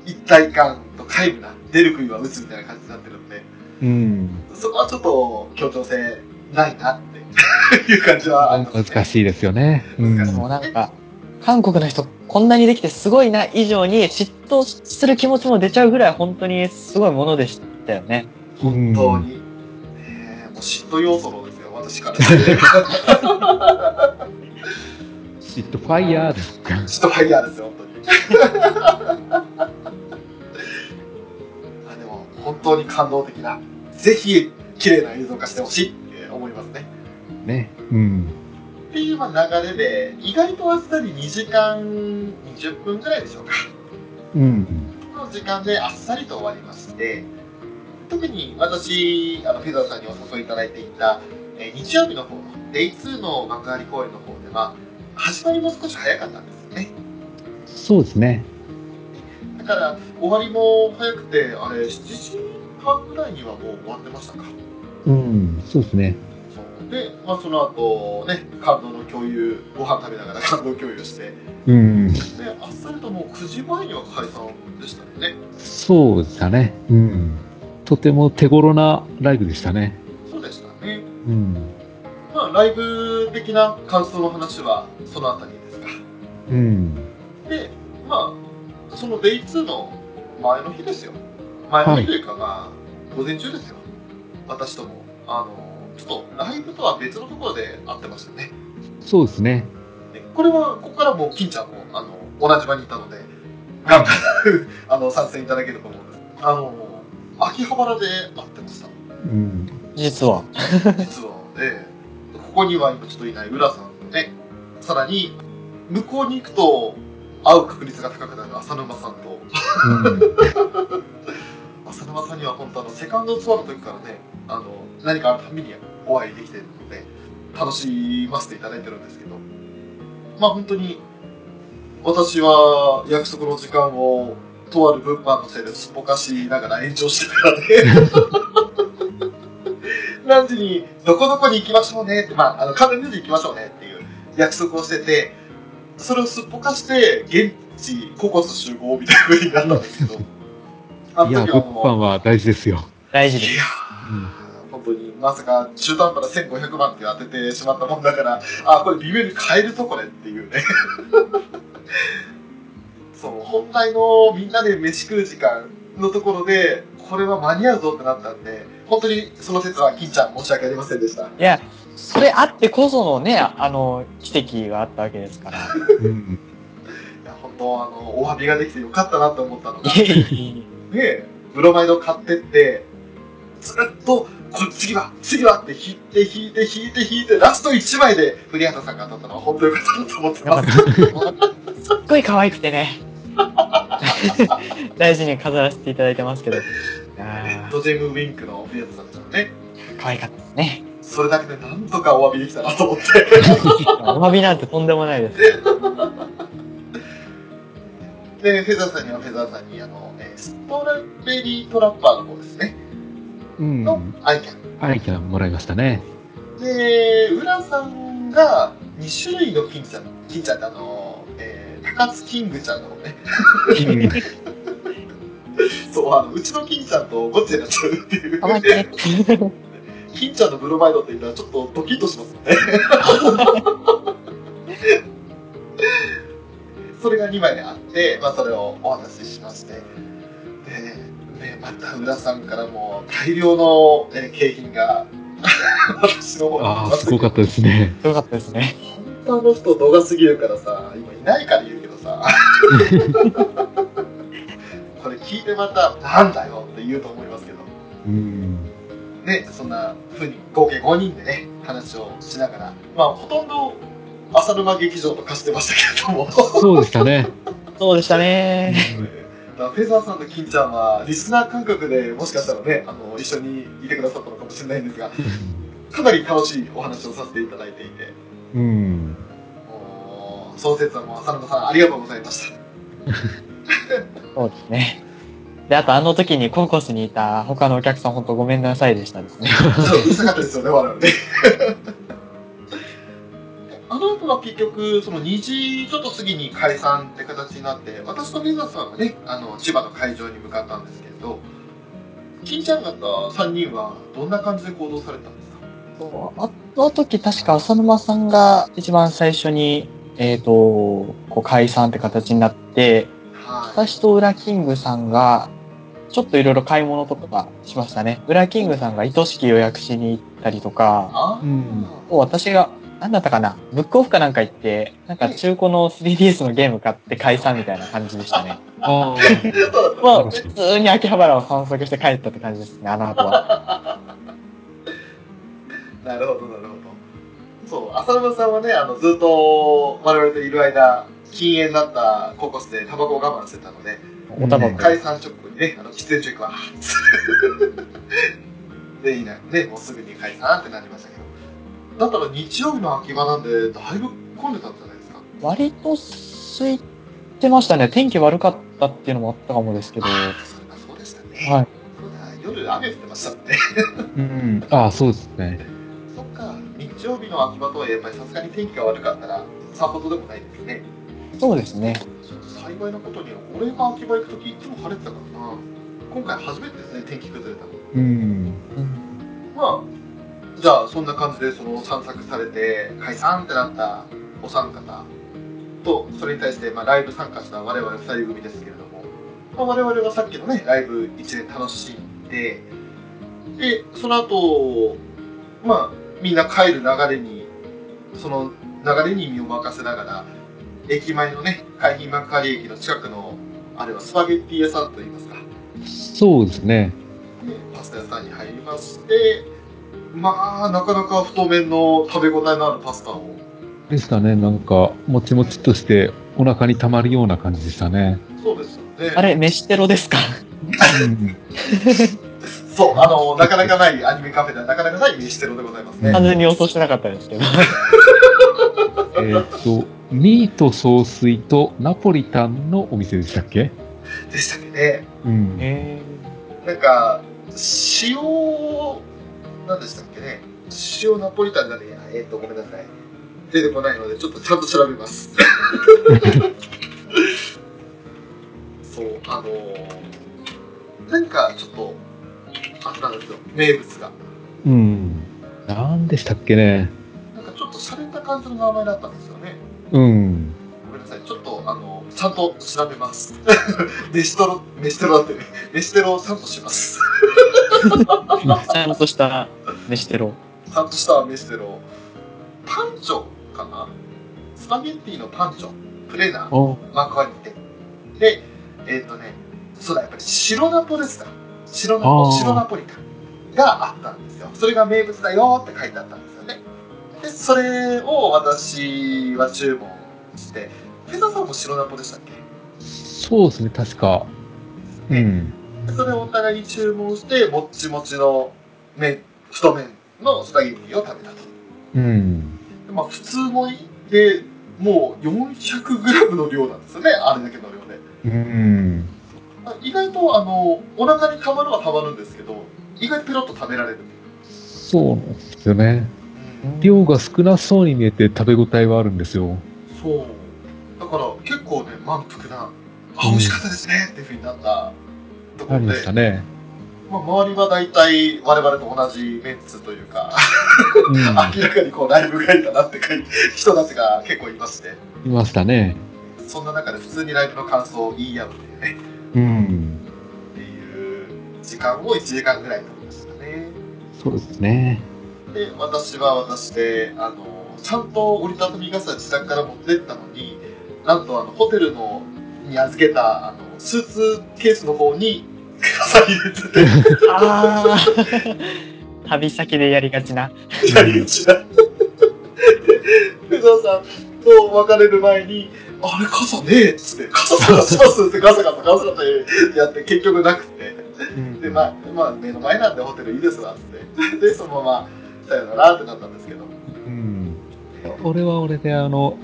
S2: 一体感と皆無な出る杭は打つみたいな感じになってるんで
S4: うん。
S2: そこはちょっと協調性ないなっていう感じはあります、ね、
S4: 難しいですよね。うん。
S2: 難しい
S3: もうなんか、韓国の人こんなにできてすごいな以上に嫉妬する気持ちも出ちゃうぐらい本当にすごいものでしたよね。
S2: 本当に、ねえもう嫉妬要素のですよ私からして
S4: シットファイヤーですか。
S2: ちょっとファイヤーですよ、本当に。あでも、本当に感動的な、ぜひ、綺麗な映像化してほしいって思いますね。
S4: ね。うん。
S2: っていうまあ流れで、意外とあっさり2時間20分ぐらいでしょうか。
S4: うん。
S2: の時間であっさりと終わりまして、特に私、あのフェザーさんにお誘いいただいていた、えー日曜日の方の、デイ2の幕張公演の方では、始まりも少し早かったんですよね。
S4: そうですね。
S2: だから終わりも早くてあれ7時半ぐらいにはもう終わってましたか
S4: うん。そうですね。
S2: そうで、まあ、その後ね感動の共有ご飯食べながら *laughs* 感動共有してで
S4: うん。
S2: あっさりともう9時前には解散でしたよね
S4: そうでしたね。うん。とても手頃なライブでしたね。
S2: そうでしたね
S4: うん。
S2: まあライブ的な感想の話はそのあたりですか
S4: うん。
S2: でまあその Day2 の前の日ですよ前の日というか、まあ午前中ですよ私ともあのちょっとライブとは別のところで会ってましたね
S4: そうですね。
S2: でこれはここからもう金ちゃんもあの同じ場にいたので頑張る *laughs* あの参戦いただけると思うんですあの秋葉原で会ってました
S4: うん。
S3: 実は。
S2: 実は、ええここには今ちょっといない浦さんとねさらに向こうに行くと会う確率が高くなる浅沼さんと浅沼さんには本当あのセカンドツアーの時からねあの何かあるたびにお会いできてるので楽しませていただいてるんですけどまあ本当に私は約束の時間をとある物販のせいですっぽかしながら延長してたからね
S4: *laughs*
S2: 何時にどこどこに行きましょうねってまああの関連時に行きましょうねっていう約束をしててそれをすっぽかして現地ココス集合みたいな風になったんですけどあ
S4: うん。いや、
S2: の時
S4: 物
S2: はもう
S4: 販は大事ですよ。
S3: 大事で
S2: い
S3: す。
S2: やー、本当にまさか中途半端な1500万って当ててしまったもんだから、あー、これ微妙に買えるとこれっていうね。 *laughs* そう、本来のみんなで飯食う時間のところで、これは間に合うぞってなったんで、本当にその説は金ちゃん申し訳ありませんでした。
S3: いや、それあってこそのね、あの、奇跡があったわけですから。 *laughs*
S4: うん。
S2: いや、本当、あの、お詫びができてよかったなと思ったのが
S3: い。えいえい
S2: で、ブロマイド買ってって、ずっと、これ次は、次はって引いて引いて引いて引いて、ラスト1枚で、古畑さんが当たったのは本当に良かったなと思って
S3: え。な
S2: ま
S3: ん
S2: す。
S3: かすっごい可愛くてね。 *laughs* 大事に飾らせていただいてますけど。
S2: レッ
S3: あ
S2: ドジェムウィンクの古畑さんじゃんね。
S3: ー可愛かったですね。
S2: それだけでなんとかお詫びできたなと思って。
S3: お詫びなんてとんでもないです。
S2: で、フェザーさんにはフェザーさんに、あの、えーストラベリートラッパーの方ですね。
S4: うん。
S2: のアイキャン。
S4: アイキャンもらいましたね。
S2: で、浦さんが2種類の金ちゃん、金ちゃんってあの、えー、高津キングちゃんの方ね。
S4: うん
S2: そう、あの、うちの金ちゃんとごっちゃになっちゃうっていう
S3: 可。愛いね。
S2: 金ちゃんのブロマイドって言ったらちょっとドキッとしますよね。それが2枚であって、まあ、それをお話ししまして、で、ね、また浦さんからも大量の、えー景品が私の方に
S4: あ
S2: 来
S4: あ、
S2: ます
S4: ごかったですね。
S3: よかったですね。
S2: 本当あの人動画すぎるからさ今いないから言うけどさ *laughs* これ聞いてまた「なんだよ」って言うと思いますけど
S4: うん。
S2: ねそんな風に合計5人でね話をしながらまあほとんど浅沼劇場と化してましたけれども
S4: そうでしたね。
S3: そうでしたね。
S2: だからフェザーさんと金ちゃんはリスナー感覚でもしかしたらねあの一緒にいてくださったのかもしれないんですがかなり楽しいお話をさせていただいていて
S4: うん。
S2: もうその説はもう浅沼さんありがとうございました
S3: そうですね。で、あとあの時にコンコースにいた他のお客さん本当ごめんなさいでしたですね。
S2: そう、うるさかったですよね、我々ね。 *laughs* あの後は結局、その2時ちょっと過ぎに解散って形になって、私と水野さんはね、あの千葉の会場に向かったんですけれど、金ちゃん方3人はどんな感じで行動されたんですか
S3: そうああの時確か浅沼さんが一番最初に、えっ、と、こう解散って形になって、
S2: はい。
S3: 私とウラキングさんが、ちょっといろいろ買い物とかしましたね。ウラキングさんが愛しき予約しに行ったりとか、
S2: ああ、
S4: うん
S3: もう私が、なんだったかな、ブックオフかなんか行って、なんか中古の 3DS のゲーム買って解散みたいな感じでしたね。
S4: ああ。
S3: まあ、普通に秋葉原を散策して帰ったって感じですね、あの後は。
S2: なるほど、なるほど。そう、浅沼さんはね、あのずっと我々といる間、禁煙だったココスでタバコを我慢してたので、
S3: おたばこ。
S2: 解散直後にね、あの喫煙所行くわ。 *laughs* で、いないので、もうすぐに解散ってなりましたけど。だったら日曜日の秋葉なんで、だいぶ混んでたんじゃないですか。
S3: 割と空いてましたね。天気悪かったっていうのもあったかもですけど。
S2: ああ、それはそうでしたね。
S3: はい
S2: そうだ、夜雨降ってましたもんね。
S4: うん。ああ、そうですね。
S2: そっか、日曜日の秋葉とはやっぱりさすがに天気が悪かったら、さほどでもないですね。
S3: そうですね。
S2: 幸いなことに、俺が秋葉行くときいつも晴れてたからな。今回初めてですね、天気崩れたの。
S4: うん。
S2: まあ、じゃあそんな感じでその散策されて解散ってなったお三方とそれに対してまあライブ参加した我々二人組ですけれども、まあ、我々はさっきのねライブ一年楽しんででその後まあみんな帰る流れにその流れに身を任せながら駅前のね海浜幕張駅の近くのあれはスパゲッティ屋さんといいますか
S4: そうですね。
S2: でパスタ屋さんに入りましてまあなかなか太麺の食べ応えのあるパスタを
S4: でしたね。なんか、もちもちとして、お腹にたまるような感じでしたね。
S2: そうですよね
S3: あれ、飯テロですか
S4: うん
S2: そうあのなかなかないアニメカフェではなかなかない飯テロでございますね
S4: うん
S3: 完全に予想してなかったですけど。
S4: えーっと、ミート総帥とナポリタンのお店でしたっけ
S2: でしたっけね
S4: うん。
S3: え
S2: なんか塩なんでしたっけね塩ナポリタンじゃねえやえっとごめんなさい出てこないのでちょっとちゃんと調べます *laughs* そうあのなんかちょっとあったんですよ名物が
S4: うん。なんでしたっけね。
S2: なんかちょっと洒落た感じの名前だったんですよね。
S4: うん。
S2: ごめんなさい、ちょっとあの、ちゃんと調べます。 *laughs* メシテロ、メシテロだってね、メシテロをちゃんとします。 *laughs*
S3: ー、ちゃんとした飯テロ。
S2: ちゃんとしたメシテロ。パンチョかなスパゲッティのパンチョ、プレーナー、
S4: あ
S2: 幕張店。で、えっ、とね、そうだ、やっぱり白ナポですか。白ナ
S4: あ
S2: ポ、
S4: ー
S2: 白ナポリタンがあったんですよ。それが名物だよって書いてあったんですよね。で、それを私は注文して、フェザーさんも白ナポでしたっけ
S4: そうですね、確か。うん。
S2: それをお互いに注文して、もっちもちの麺、太麺のスパゲッティを食べたと。
S4: うん。
S2: でまあ、普通盛りで、もう 400g の量なんですよね、あれだけの量で。
S4: うん。
S2: まあ意外と、あの、お腹にたまるはたまるんですけど、意外とペロッと食べられる。
S4: そうなんですよね。量が少なそうに見えて食べ応えはあるんですよ。
S2: そう。だから、結構ね、満腹な、あ、美味しかったですね、っていうふうになったとこ
S4: あ
S2: ろ
S4: り
S2: で
S4: まし、たね。
S2: まあ、周りは大体我々と同じメンツというか、
S4: う
S2: 明らかにこうライブ帰りだなってかい人たちが結構いまして、
S4: ん。いましたね。
S2: そんな中で普通にライブの感想を言い合うっていうね、
S4: うん。
S2: っていう時間を1時間ぐらい取りましたね。
S4: そうですね。
S2: で、私は私で、あの、ちゃんと折りたたみ傘自宅から持ってったのに、なんとあの、ホテルのに預けた、あの、スーツケースの方に傘入れてて、
S3: ああ。旅先でやりがちな。
S2: やり口だ。藤沢さんと別れる前に、あれ、傘ねえっつって、傘探しますってガサガサガサってやって、結局なくて、で、まあ、まあ、目の前なんでホテルいいですわっつって、で、そのまま、さよならってなったんですけど、
S4: うん。俺は俺で、あの、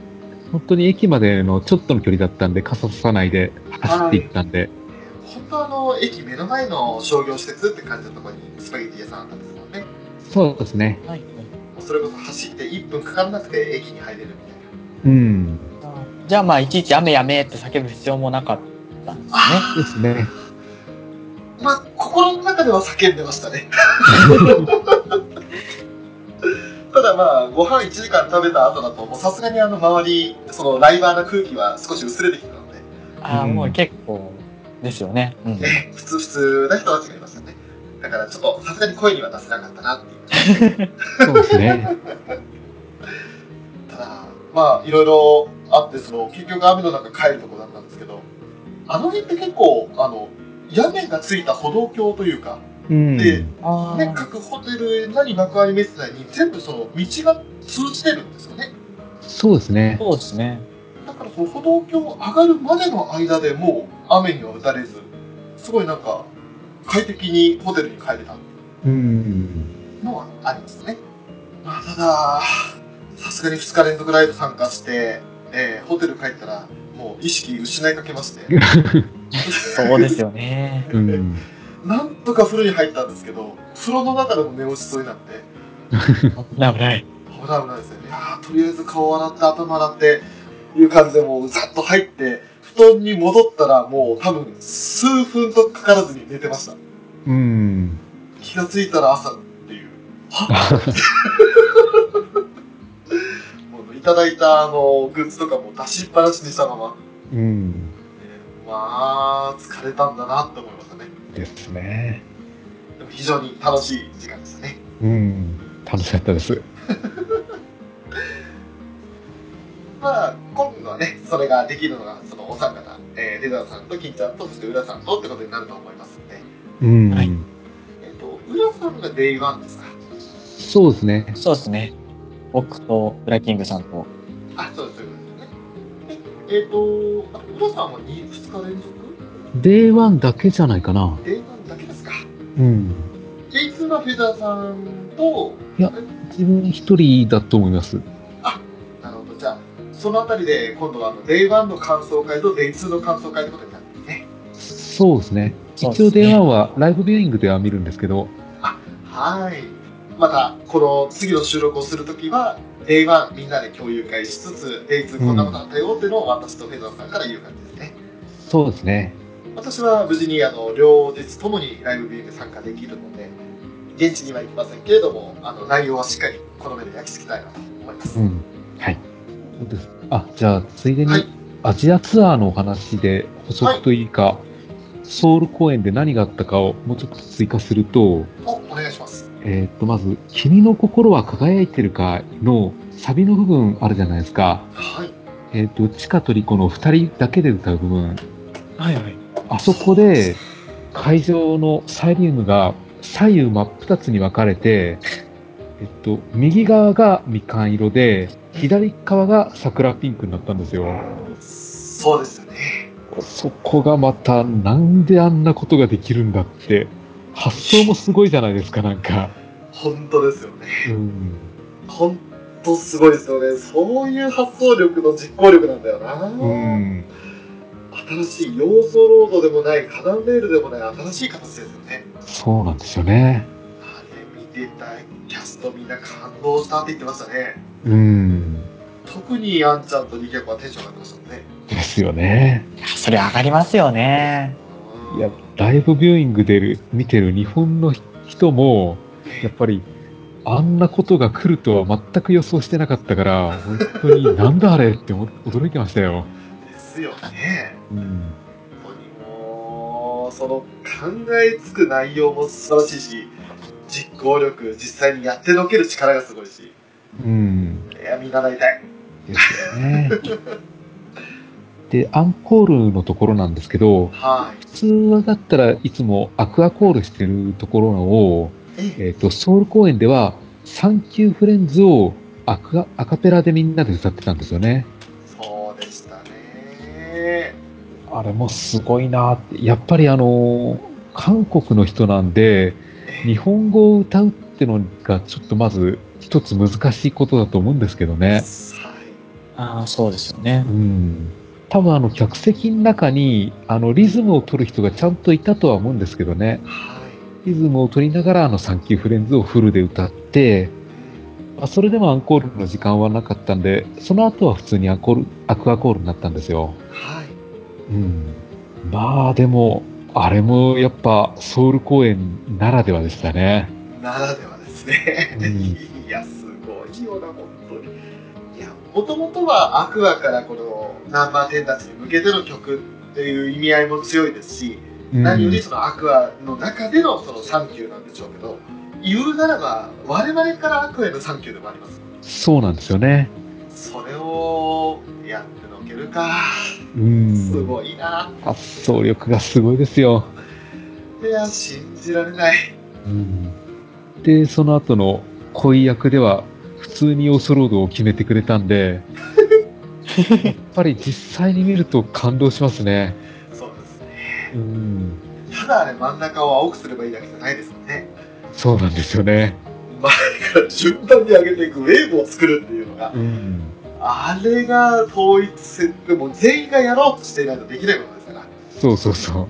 S4: 本当に駅までのちょっとの距離だったんで、傘ささないで走っていったんで、
S2: 本当あの、駅目の前の商業施設って感じのところにスパゲティ屋さんあったんですもんね。
S4: そうですね。
S3: はい。
S2: それこそ走って1分かからなくて駅に入れるみたいな。
S4: うん。
S3: じゃあまあ、いちいち雨やめって叫ぶ必要もなかったんですね。
S4: です *laughs* ね。
S2: まあ、心の中では叫んでましたね。ただまあ、ご飯1時間食べた後だと、もうさすがにあの周り、そのライバーな空気は少し薄れてきたので、
S3: ああ、
S4: うん
S3: もう結構ですよね。うん。
S2: ね普通、普通な人たちがいましたね。だからちょっとさすがに声には出せなかったなっていう。
S4: そうですね。
S2: ただ、まあ、いろいろあって、その、結局雨の中帰るとこだったんですけど、あの辺って結構、あの、屋根がついた歩道橋というか、
S4: うん。
S2: で
S3: あ
S2: ね、各ホテルなり幕張メッセなりに全部その道が通じてるんですよね
S4: そうですね。
S3: そうですね。
S2: だからその歩道橋を上がるまでの間でもう雨には打たれずすごいなんか快適にホテルに帰れた
S4: うん。
S2: のはありますね、まあ、たださすがに2日連続ライブ参加して、えーホテル帰ったらもう意識失いかけまして
S3: そうですよね。
S4: うん。
S2: なんとか風呂に入ったんですけど風呂の中でも寝落ちそうになって
S3: *laughs* 危ない危ない。
S2: 危ない危ないですよね。いやーとりあえず顔洗って、頭洗って、いう感じでもうざっと入って、布団に戻ったらもう多分数分とかからずに寝てました。
S4: うん。
S2: 気がついたら朝っていう。 *laughs* もういただいたあの、グッズとかも出しっぱなしにしたまま、
S4: うん。
S2: まあ、疲れたんだなって思いましたね。
S4: ですね。
S2: でも非常に楽しい時間でしたね。
S4: うん。楽しかったです。
S2: まあ、今度はね、それができるのが、そのお三方、えー、レザーさんと金ちゃんと、そして浦さんとってことになると思いますんで、
S4: うん。
S3: はい
S2: えっ、と、浦さんがデイワンですか
S4: そうですね。
S3: そうですね。僕とブラキングさんと。
S2: あ、そうです、そうですね。でえっ、と、あ浦さんは 2, 日連続
S4: Day1 だけじゃないかな。
S2: デイワンだけですか
S4: うん。
S2: デイツーはフェザーさんと、
S4: 自分一人だと思います。
S2: なるほど、じゃあ、そのあたりで、今度はあのデイワンの感想会とデイツーの感想会ってことになるんですね。
S4: そうですね。
S3: そう
S4: 一応
S3: ですね
S4: Day1 はライブビューイングでは見るんですけど、
S2: はい。また、この次の収録をするときは、デイワンみんなで共有会しつつ、デイツーこんなことあったよっていうのを私とフェザーさんから言う感じですね。
S4: そうですね。
S2: 私は無事にあの両日ともにライブビューイング参加できるので現地には行きませんけれどもあの内容はしっかりこの目で焼き付けたいなと思います、
S4: うん。はい。そうです。あ、じゃあ、ついでに
S2: はい、
S4: アジアツアーのお話で補足というか、ソウル公演で何があったかをもうちょっと追加すると、
S2: おお願いします
S4: えーっと、まず、君の心は輝いてるかのサビの部分あるじゃないですか。
S2: はい
S4: えーっと、チカとリコの二人だけで歌う部分。
S3: はいはい。
S4: あそこで、会場のサイリウムが左右真っ二つに分かれて、えっと、右側がみかん色で、左側が桜ピンクになったんですよ。
S2: そうですよね
S4: そこがまた、なんであんなことができるんだって、発想もすごいじゃないですか、なんか。
S2: 本当ですよね
S4: うん。
S2: 本当すごいですよねそういう発想力の実行力なんだよな、
S4: うん。
S2: 新しい要素ロードでもない花壇レールでもない新しい形ですよね
S4: そうなんですよね。
S2: あれ見てたいキャストみんな感動したって言ってましたね
S4: うん。
S2: 特にあんちゃんとリキャコはテンション上がってましたもんね
S4: ですよね。
S3: いや、それ上がりますよね。
S4: いや、ライブビューイングでる見てる日本の人も、やっぱり、あんなことが来るとは全く予想してなかったから、本当になんだあれって思驚いてましたよ。
S2: ですよね。
S4: うん。
S2: 本当にもう、その考えつく内容も素晴らしいし、実行力、実際にやってのける力がすごいし、
S4: うん。
S2: いや、見習いたい。
S4: ですよね。で、アンコールのところなんですけど、
S2: はい。
S4: 普通だったらいつもアクアコールしてるところを、
S2: ええ
S4: えっ、と、ソウル公演では、サンキューフレンズをアクアアカペラでみんなで歌ってたんですよね。
S2: そうでしたね。
S4: あれもすごいなって。やっぱりあのー韓国の人なんで、日本語を歌うってのがちょっとまず一つ難しいことだと思うんですけどね。
S2: はい。
S3: ああ、そうですよね
S4: う。ん。多分あの客席の中にあのリズムを取る人がちゃんといたとは思うんですけどね。
S2: はい。
S4: リズムを取りながらあのサンキューフレンズをフルで歌って、まあ、それでもアンコールの時間はなかったんで、その後は普通にアンコール、アクアコールになったんですよ。
S2: はい。
S4: うん。まあでも、あれもやっぱソウル公演ならではでしたね。
S2: ならではですね、
S4: うん
S2: いやすごいよな本当にいやもともとはアクアからこのナンバーテンたちに向けての曲っていう意味合いも強いですし、
S4: うん、
S2: 何よりそのアクアの中でのそのサンキューなんでしょうけど言うならば我々からアクアへのサンキューでもあります
S4: そうなんですよね。
S2: それをやってのけるか
S4: うん。
S2: すごいな、
S4: 発想力がすごいですよ。
S2: いや信じられない
S4: うん。で、その後の恋役では、普通にオースロードを決めてくれたん *laughs* で、やっぱり実際に見ると感動しますね。
S2: そうですね
S4: うん。
S2: ただあれ真ん中を青くすればいいだけじゃないですよね
S4: そうなんですよね。
S2: 前から順番に上げていくウェーブを作るっていうのが
S4: うん。
S2: あれが統一せでも全員がやろうとしていないとできないことですから
S4: そうそうそ
S2: そんな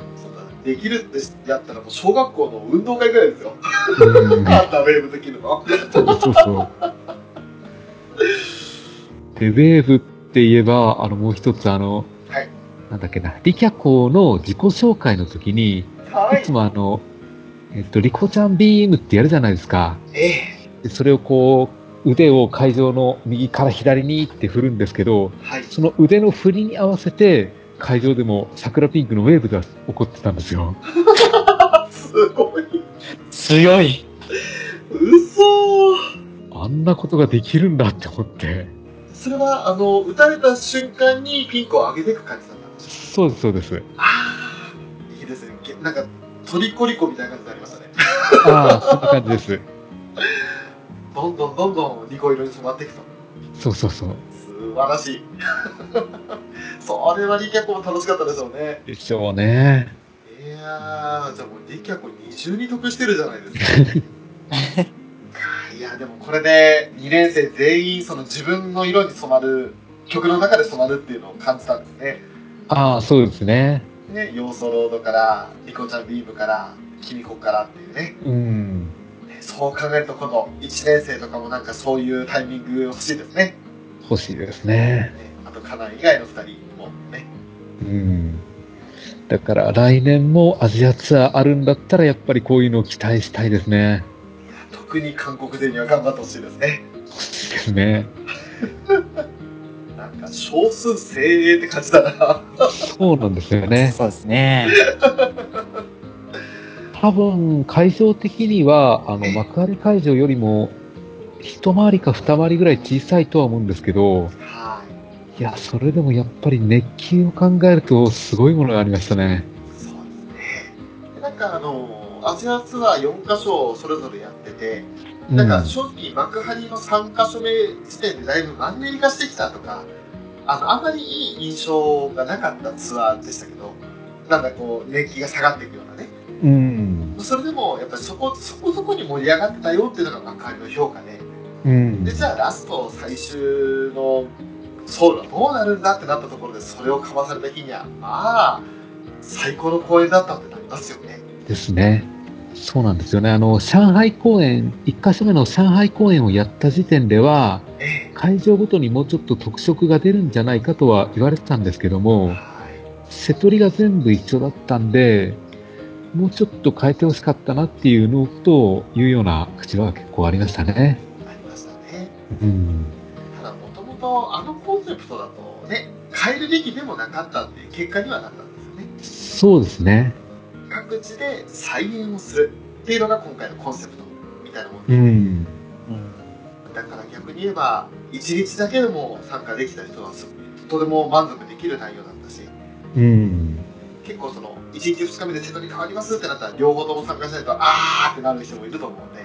S2: できるってやったらもう小学校の運動会ぐらいですよ
S4: う。うん。
S2: あんたウェーブできるの
S4: そうそうそう。で、ウェーブって言えば、あの、もう一つあの、
S2: はい
S4: なんだっけな、リキャコの自己紹介の時に、い
S2: は
S4: つもあの、えっと、リコちゃんビームってやるじゃないですか。
S2: ええ
S4: でそれをこう、腕を会場の右から左にって振るんですけど、
S2: はい
S4: その腕の振りに合わせて、会場でも桜ピンクのウェーブが起こってたんですよ。
S2: すごい
S3: 強い。
S2: 嘘
S4: あんなことができるんだって思って。
S2: それはあの打たれた瞬間にピンクを上げていく感じだったんですよ
S4: そうです、そうです。
S2: ああいいですねげなんかトリコリコみたいな感じになりましたね
S4: ああ、そんな感じです。
S2: どんどんどんどんニコ色に染まっていくと
S4: そうそうそう。
S2: 素晴らしい *laughs* それはリキャコも楽しかったでしょうね
S4: でしょうね。
S2: いやーじゃあもうリキャコ二重に得してるじゃないですかいやでもこれで2年生全員その自分の色に染まる曲の中で染まるっていうのを感じたんですね
S4: ああ、そうですね。
S2: ね要素ロードからリコちゃんビームからキミコからっていうね
S4: うん。
S2: そう考えるとこの1年生とかもなんかそういうタイミング欲しいですね
S4: 欲しいですね。
S2: ねあとカナン以外の2人もね
S4: うん。だから来年もアジアツアーあるんだったらやっぱりこういうのを期待したいですね。
S2: 特に韓国勢には頑張ってほしいですね
S4: 欲しいですね。
S2: なんか少数精鋭って感じだな。
S4: そうなんですよね。
S3: そうですね。
S4: 多分会場的には、あの、幕張会場よりも一回りか二回りぐらい小さいとは思うんですけど、
S2: はい。
S4: いや、それでもやっぱり熱気を考えるとすごいものがありましたね。
S2: そうですね。でなんかあのアジアツアー4箇所それぞれやってて、
S4: う
S2: なんか正直幕張の3箇所目時点でだいぶマンネリ化してきたとか、あのあまりいい印象がなかったツアーでしたけど、なんかこう熱気が下がっていくようなね。
S4: うん。
S2: それでもやっぱりそこそこそこに盛り上がってたよっていうのが幕張の評価で、
S4: うん。
S2: でじゃあラスト最終のソウルはどうなるんだってなったところでそれをかまされた日にはまあ最高の公演だったってなりますよね
S4: ですね。そうなんですよね。あの、上海公演、1箇所目の上海公演をやった時点では、
S2: え
S4: 会場ごとにもうちょっと特色が出るんじゃないかとは言われてたんですけど
S2: え
S4: も、
S2: はい
S4: 瀬取りが全部一緒だったんで、もうちょっと変えてほしかったなっていうのというような口は結構ありましたね。
S2: ありましたね。
S4: うん。
S2: ただ、もともとあのコンセプトだとね、変えるべきでもなかったっていう結果にはなったんですよね。
S4: そうですね。
S2: 各地で再演をするっていうのが今回のコンセプトみたいなもの
S4: う
S2: で、
S4: ん。
S2: だから逆に言えば、一日だけでも参加できた人はすとても満足できる内容だったし、
S4: うん。
S2: 結構その、1日2日目で瀬戸に変わりますってなったら、両方とも参加しないと、あーってなる人もいると思うんで、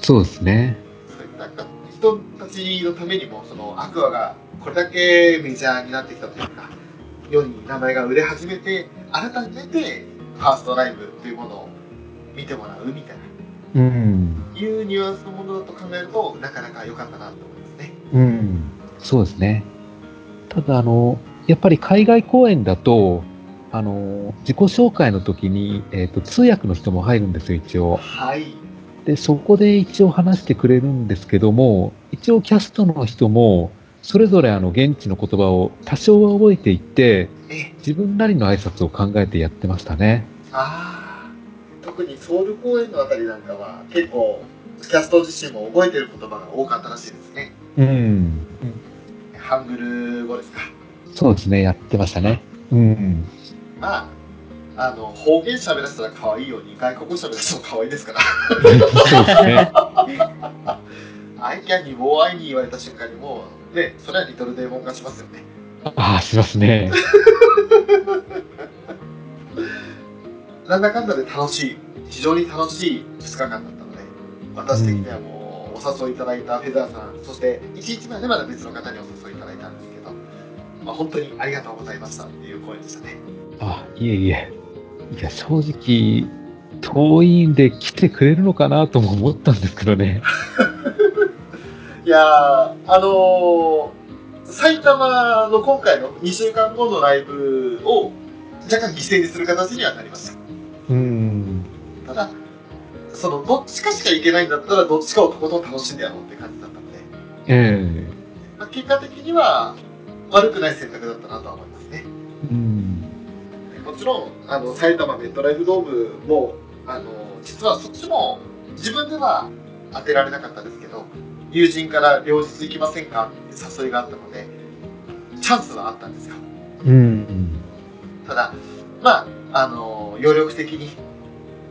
S4: そうですね。
S2: そういった人たちのためにもそのアクアがこれだけメジャーになってきたというか世に名前が売れ始めて改めてファーストライブというものを見てもらうみたい
S4: うん。
S2: ないうニュアンスのものだと考えるとなかなか良かったなと思いますね。
S4: うん。そうですね。ただ、あの、やっぱり海外公演だと、あの、自己紹介の時に、えっ、と、通訳の人も入るんですよ、一応。
S2: はい、
S4: で、そこで一応話してくれるんですけども、一応キャストの人も、それぞれあの、現地の言葉を多少は覚えていって、
S2: え
S4: 自分なりの挨拶を考えてやってましたね。
S2: あー特にソウル公演のあたりなんかは結構キャスト自身も覚えてる言葉が多かったらしいですね。
S4: うん。
S2: ハングル語ですか。
S4: そうですね、やってましたね。うん。 *laughs*
S2: まあ、あの方言喋らせたら可愛いように外国語喋らせたら可愛いですから *laughs*
S4: そうですね。
S2: 「アイキャンにもう愛に」言われた瞬間にもうねそれはリトルデーモンがしますよね
S4: ああ、しますね。
S2: なんだかんだで楽しい非常に楽しい2日間だったので私的にはもうお誘いいただいたフェザーさんそして1日前でまだ別の方にお誘いいただいたんですけど、まあ、本当にありがとうございましたっていう声でしたね
S4: あいえいえ。いや、正直、遠いんで来てくれるのかなとも思ったんですけどね。
S2: いやーあのー埼玉の今回の2週間後のライブを若干犠牲にする形にはなりました
S4: うん。
S2: ただそのどっちかしか行けないんだったらどっちかをとことん楽しんでやろうって感じだったので、
S4: え
S2: まあ、結果的には悪くない選択だったなとは思いますね
S4: えうん。
S2: もちろんあの埼玉メットライフドームもあの実はそっちも自分では当てられなかったですけど友人から両日行きませんかって誘いがあったのでチャンスはあったんですよ
S4: うん。
S2: ただまああの余力的に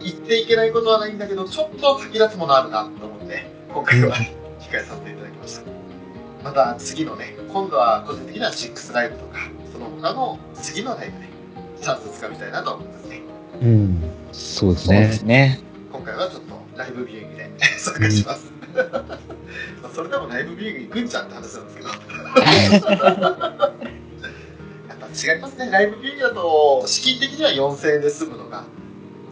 S2: 言っていけないことはないんだけどちょっと先立つものあるなと思って今回は控えさせていただきましたまた次のね今度は個人的には6ライブとかその他の次のライブでチャンスをつかみたいなと思いますね
S4: うん。そうです
S3: そうで
S4: ね *laughs*
S3: す。ね。
S2: 今回はちょっとライブビューイングで *laughs* 参加します、まあそれでもライブビューイング行くんじゃんって話なんですけどやっぱ違いますねライブビューイングだと資金的には4000円で済むのが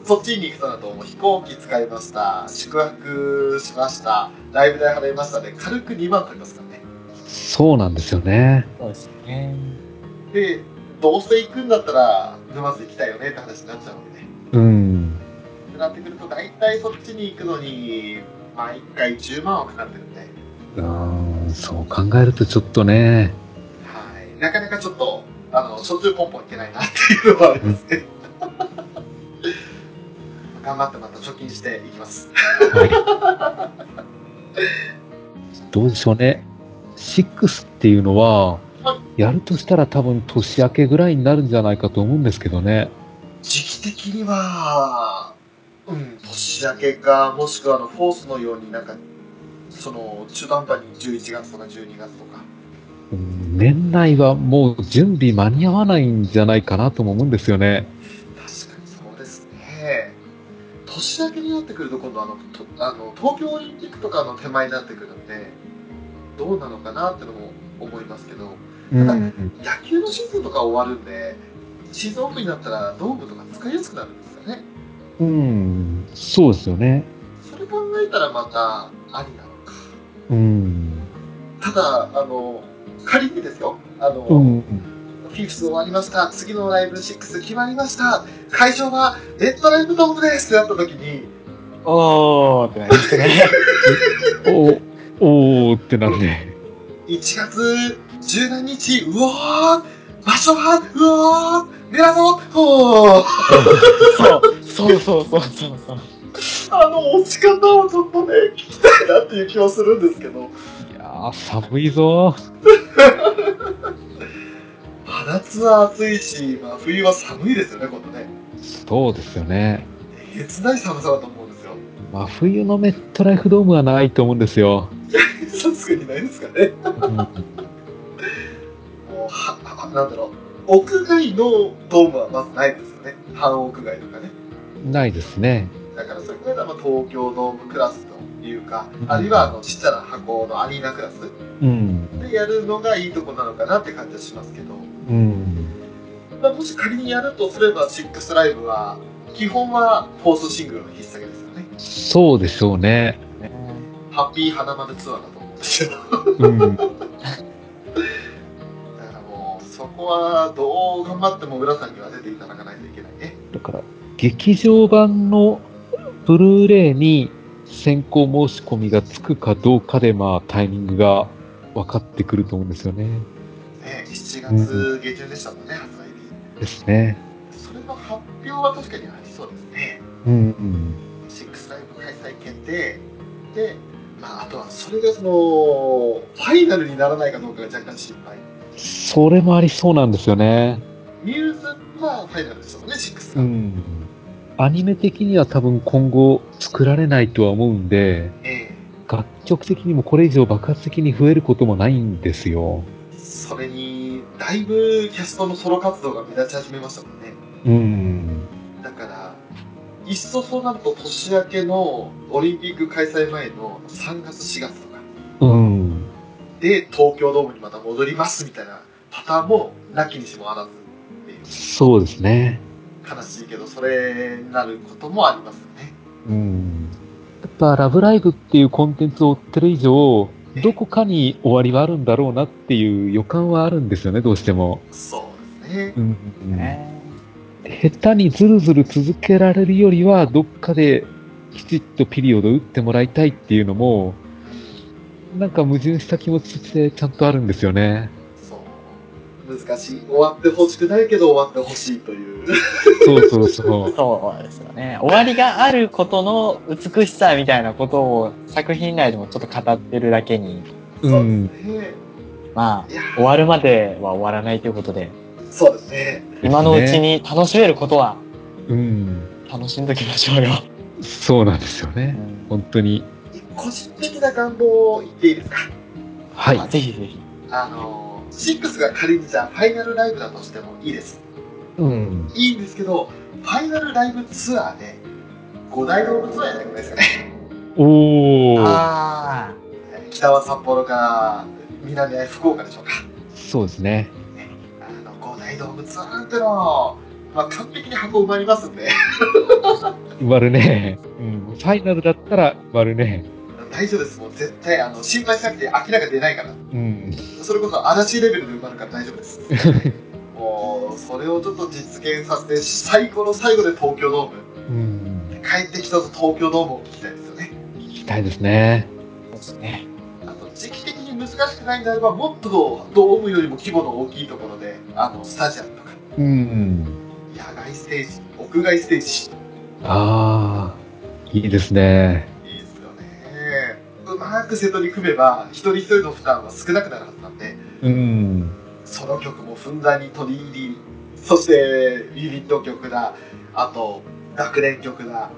S2: そっちに行くとなるともう飛行機使いました宿泊しましたライブ代払いましたで軽く2万かかりますからね
S4: そうなんですよね。
S3: そうですね。
S2: でどうせ行くんだったら沼津行きたいよねって話になっちゃうのでね
S4: うん。
S2: ってなってくると大体そっちに行くのに毎回10万はかかってるんで
S4: うんそう考えるとちょっとね。
S2: はい、なかなかちょっと、あの、しょっちゅうポンポンいけないなっていうのはありますね。頑張ってまた貯金していきます。
S4: どうでしょうね。6っていうのは
S2: は、
S4: やるとしたら多分年明けぐらいになるんじゃないかと思うんですけどね。
S2: 時期的には、うん、年明けか、もしくはあの、フォースのようになんか、その、中途半端に11月とか12月とか。
S4: うん年内はもう準備間に合わないんじゃないかなとも思うんですよね。
S2: 確かにそうですね。年明けになってくると、今度あの、とあの東京オリンピックとかの手前になってくるんで、どうなのかなってのも思いますけど、
S4: うん、
S2: 野球のシーズンとか終わるんでシーズンオフになったらドームとか使いやすくなるんですよね
S4: うん、そうですよね。
S2: それ考えたらまたありなのか
S4: うん、
S2: ただあの仮にですよあの、
S4: うん、
S2: フィフス終わりました次のライブ6決まりました会場はレッドライブドームですってなった時に
S3: おーってなりましたね。
S4: お、おーってなるね。
S2: 1月17日うおー場所はうおー寝だぞほー
S3: *laughs* そう、そうそうそうそうそう。
S2: あの落ち方をちょっとね聞きたいなっていう気はするんですけど
S4: いやー、寒いぞ
S2: 真夏は暑いし、まあ、冬は寒いですよね今度ね
S4: そうですよね。
S2: えげつない寒さだと思うんですよ
S4: 真冬のメットライフドームはないと思うんですよ。
S2: さすがにないですかね
S4: うん
S2: もうははなんだろう屋外のドームはまずないですよね半屋外とかね
S4: ないですね。
S2: だからそれくらいはまあ東京ドームクラスというか
S4: うん
S2: あるいはあのちっちゃな箱のアリーナクラス
S4: うん。
S2: でやるのがいいとこなのかなって感じはしますけど、
S4: うん。
S2: まあ、もし仮にやるとすれば6ライブは基本はフォースシングルの必作ですよね
S4: そうでしょうね。
S2: ハッピー花丸ツアーだと思うんですよ
S4: うん。
S2: だからもうそこはどう頑張っても浦さんには出ていただかないといけないね
S4: だから、劇場版のブルーレイに先行申し込みがつくかどうかで、まあ、タイミングが分かってくると思うんですよね。
S2: ね7月下旬でしたもんね発売日
S4: ですね。
S2: それの発表は確かにありそうですね
S4: うん。
S2: 6ライブ開催決定で、まあ、あとはそれがそのファイナルにならないかどうかが若干心配
S4: それもありそうなんですよね。
S2: ミューズはファイナルでしたもんね6
S4: う
S2: が、
S4: ん。アニメ的には多分今後作られないとは思うんで、
S2: え
S4: 楽曲的にもこれ以上爆発的に増えることもないんですよ。
S2: えそれにだいぶキャストのソロ活動が目立ち始めましたもんね
S4: うん。
S2: だからいっそそうなると年明けのオリンピック開催前の3月4月とか
S4: うん。
S2: で東京ドームにまた戻りますみたいなパターンもなきにしもあらずっていう
S4: そうですね。
S2: 悲しいけどそれになることもありますよね
S4: うん。やっぱラブライブっていうコンテンツを追ってる以上、どこかに終わりはあるんだろうなっていう予感はあるんですよね、どうしても。
S2: そうですね
S4: うん。
S3: ね
S4: 下手にズルズル続けられるよりは、どっかできちっとピリオド打ってもらいたいっていうのも、なんか矛盾した気持ちってちゃんとあるんですよね。
S2: そう難しい終わってほしくないけど終わってほしいという
S4: そうそ
S3: *laughs*
S4: うそう。
S3: そうですよね。終わりがあることの美しさみたいなことを作品内でもちょっと語ってるだけに、
S4: うん。
S2: ね
S3: ま
S2: いや
S3: あ、終わるまでは終わらないということで、
S2: *laughs* そうですね
S3: 今のうち
S4: ね。
S3: に楽しめることは
S4: うん。
S3: 楽しんどきましょうよ。
S4: そうなんですよ
S3: う
S4: ね。
S3: ん
S4: 本当に。
S2: 個人的な願望を言っていいですか
S4: はい。
S3: ぜひぜひ。
S2: あの6が仮にじゃあファイナルライブだとしてもいいです
S4: うん。
S2: いいんですけどファイナルライブツアーで五大ドームツアーやってくれないですかね
S4: おー。
S3: あ
S2: 北は札幌か南は福岡でしょうか
S4: そうですね。
S2: あの五大ドームツアーなんてのまあ、完璧に箱埋まりますんで
S4: 埋まるね。うん。ファイナルだったら埋まるね。
S2: 大丈夫ですもう絶対あの心配しなくて明らかに出ないから
S4: うん。
S2: それこそ嵐レベルで埋まるから大丈夫ですもうそれをちょっと実現させて最後の最後で東京ドーム
S4: うん。
S2: 帰ってきたと東京ドームを聞きたいですよね
S4: 行きたいですね。
S3: あ、そうですね。
S2: あと時期的に難しくないんであればもっとドームよりも規模の大きいところであのスタジアムとか
S4: うん。
S2: 野外ステージ屋外ステージ
S4: あー。いいですね。
S2: いいですよねうまく瀬戸に組めば一人一人の負担は少なくなるはずなんで
S4: うん。
S2: ソロ曲もふんだんに取り入りそしてユニット曲だあと学年曲だ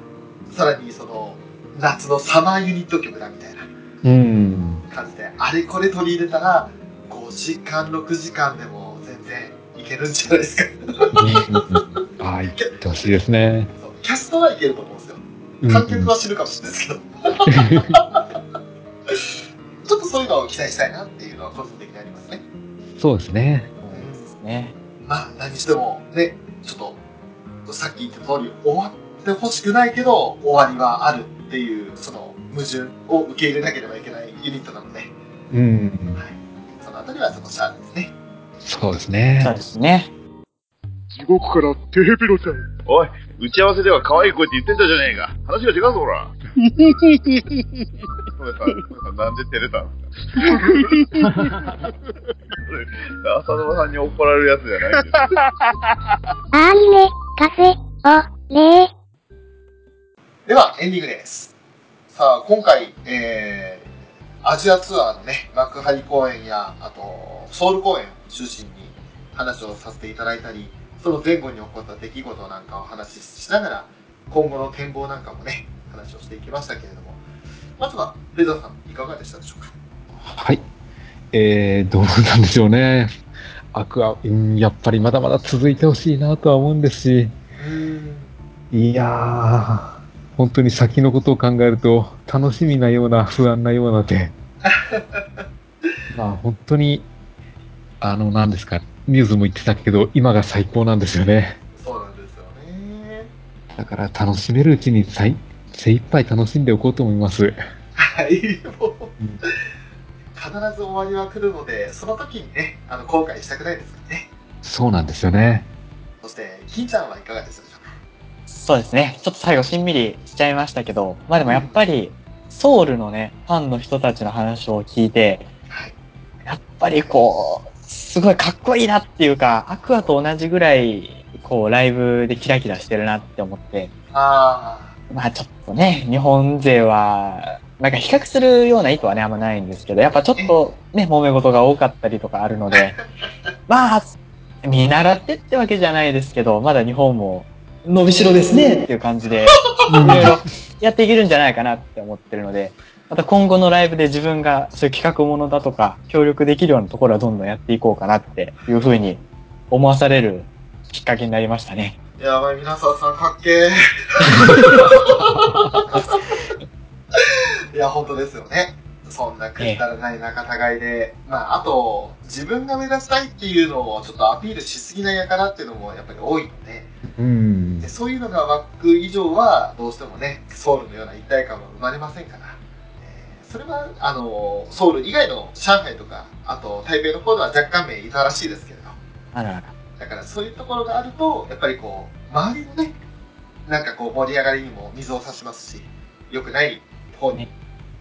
S2: さらにその夏のサマーユニット曲だみたいな
S4: うん。
S2: 感じであれこれ取り入れたら5時間6時間でも全然いけるんじゃないですか
S4: ああ、行ってほしいですね。
S2: そうキャストはいけると思うんですよ
S4: うん
S2: 観客は死ぬかもしれないですけ
S4: *laughs*
S2: どちょっとそういうのを期待したいなっていうのは個人的にありますね
S4: そうですね。
S3: そうですね。
S2: まあ何してもねちょっとさっき言った通り終わってほしくないけど終わりはあるっていうその矛盾を受け入れなければいけないユニットなので
S4: うん。
S2: そのあたりはそのシャアですね
S4: そうです
S3: そう
S4: ね
S3: で。すね。
S5: 地獄からテヘペロちゃん。
S6: おい、打ち合わせでは可愛い声って言ってたじゃねえか。話が違うぞ、ほら。コネさん、コネさんなんで照れ *laughs* たんですか浅沼さんに怒られるやつじゃないんですよ。
S1: アニメ、カフェ、オ、レー。
S2: では、エンディングです。さあ、今回、えー、アジアツアーのね、幕張公演や、あと、ソウル公演を中心に話をさせていただいたり、その前後に起こった出来事なんかをお話ししながら、今後の展望なんかもね、話をしていきましたけれども、まずは、レザーさん、いかがでしたでしょうか
S4: はい。えー、どうなんでしょうね。アクア、うんやっぱりまだまだ続いてほしいなとは思うんですし、
S2: うん。
S4: いやー、本当に先のことを考えると、楽しみなような不安なようなで、 *laughs* まあ本当に、あの、なんですか、ミューズも言ってたけど、今が最高なんですよね。
S2: そうなんですよね。
S4: だから楽しめるうちに最精一杯楽しんでおこうと思います。
S2: はい、もう、必ず終わりは来るので、その時にね、あの、後悔したくないですからね。
S4: そうなんですよね。
S2: そして、金ちゃんはいかがでしたでしょうか
S3: そうですね。ちょっと最後しんみりしちゃいましたけど、まあでもやっぱり、ソウルのね、ファンの人たちの話を聞いて、
S2: はい
S3: やっぱりこう、すごいかっこいいなっていうか、アクアと同じぐらい、こう、ライブでキラキラしてるなって思って、
S2: ああ。
S3: まあちょっとね、日本勢は、なんか比較するような意図はね、あんまないんですけど、やっぱちょっとね、揉め事が多かったりとかあるの *laughs* で、まあ、見習ってってわけじゃないですけど、まだ日本も伸びしろですねっていう感じ *laughs* で、いろいろやっていけるんじゃないかなって思ってるので、また今後のライブで自分がそういう企画ものだとか、協力できるようなところはどんどんやっていこうかなっていうふうに思わされるきっかけになりましたね。
S2: やばい、皆さんさんかっけー。いや、本当ですよね。そんなくだらない仲違いで、まあ、あと、自分が目指したいっていうのをちょっとアピールしすぎないやからっていうのもやっぱり多いので、
S4: うん
S2: で。そういうのが枠以上はどうしてもねソウルのような一体感は生まれませんから、えーそれはあのソウル以外の上海とかあと台北の方では若干名いたらしいですけれど
S3: あらあら。
S2: だからそういうところがあるとやっぱりこう周りのねなんかこう盛り上がりにも水を差しますし良くない方に
S3: ね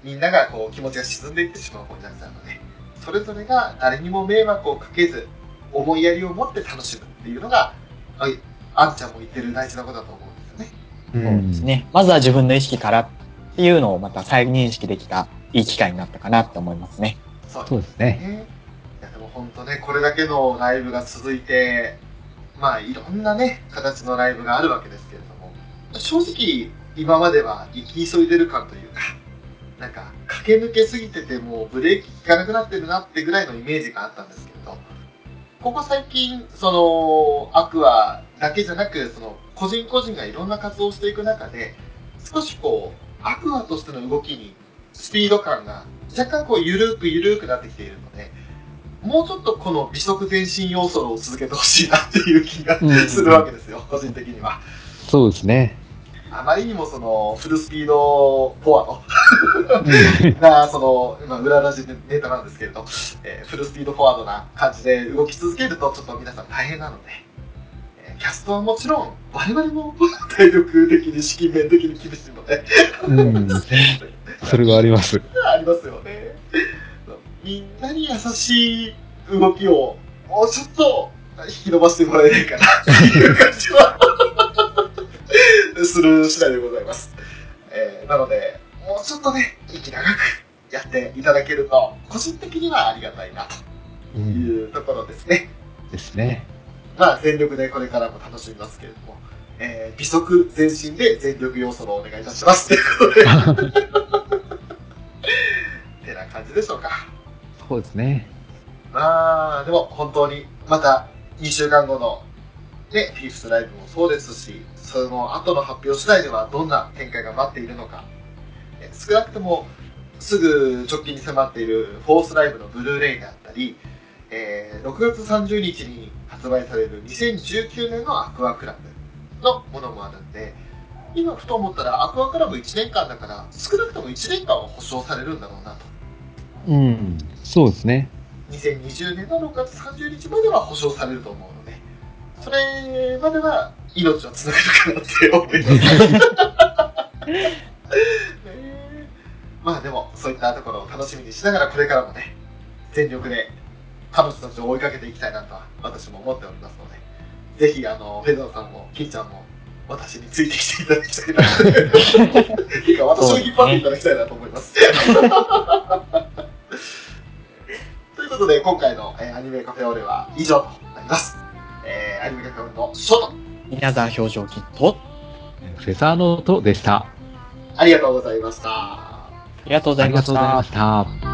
S2: みんながこう気持ちが沈んでいってしまう方になっちゃうのでそれぞれが誰にも迷惑をかけず思いやりを持って楽しむっていうのがあいあんちゃんも言ってる大事なことだと思うんですよね。
S3: そうですね。まずは自分の意識からっていうのをまた再認識できたいい機会になったかなって思いますね。
S2: そう
S4: そうですね。
S2: ね。いやでも本当ね、これだけのライブが続いて、まあいろんなね、形のライブがあるわけですけれども、正直今までは行き急いでる感というか、なんか駆け抜けすぎててもうブレーキ効かなくなってるなってぐらいのイメージがあったんですけれど、ここ最近、その、アクアだけじゃなく、その、個人個人がいろんな活動をしていく中で、少しこう、アクアとしての動きにスピード感が若干こう緩く緩くなってきているので、もうちょっとこの微速前進要素を続けてほしいなっていう気が
S4: うん
S2: するわけですよ、個人的には。
S4: そうですね。
S2: あまりにもそのフルスピードフォアの
S4: うん
S2: な、その、まあ、裏ラジネタなんですけれど、えーフルスピードフォワードな感じで動き続けると、ちょっと皆さん大変なので、えーキャストはもちろん、我々も *laughs* 体力的に、資金面的に厳しいので、
S4: うん、それはあります。
S2: ありますよね。みんなに優しい動きを、もうちょっと引き伸ばしてもらえないかなっていう感じはする次第でございます。えーなので、もうちょっとね、息長くやっていただけると、個人的にはありがたいな
S4: う
S2: と
S4: ん、
S2: いうところですね。
S4: です *laughs* ね。
S2: まあ、全力でこれからも楽しみますけれども、えー微速前進で全力要素のお願いいたします。ということで、てな感じでしょうか。
S4: そうですね。
S2: まあ、でも本当に、また2週間後の、ね、フィフスライブもそうですし、その後の発表次第ではどんな展開が待っているのか、え少なくともすぐ直近に迫っているフォースライブのブルーレイであったり、えー6月30日に発売される2019年のアクアクラブのものもあるんで、今ふと思ったらアクアクラブ1年間だから少なくとも1年間は保証されるんだろうなと。
S4: うん、そうですね。
S2: 2020年の6月30日までは保証されると思うので、それまでは命はつながるかなって思います。ねえまあでも、そういったところを楽しみにしながら、これからもね、全力で彼女たちを追いかけていきたいなとは、私も思っておりますので、ぜひ、あの、フェザーさんも、キーちゃんも、私についてきていただきたいな。ていうか、私を引っ張っていただきたいなと思います。ということで、今回の、えーアニメカフェオレは以上となります。えーアニメカフェオレのショート、
S3: 皆さん表情きっと。
S4: フェザーノートでした。
S2: ありがとうございました。
S3: ありがとうござ
S4: あ
S3: い
S4: り
S3: ま
S4: が
S3: し
S4: とうござい
S3: た
S4: ま。した。
S1: 「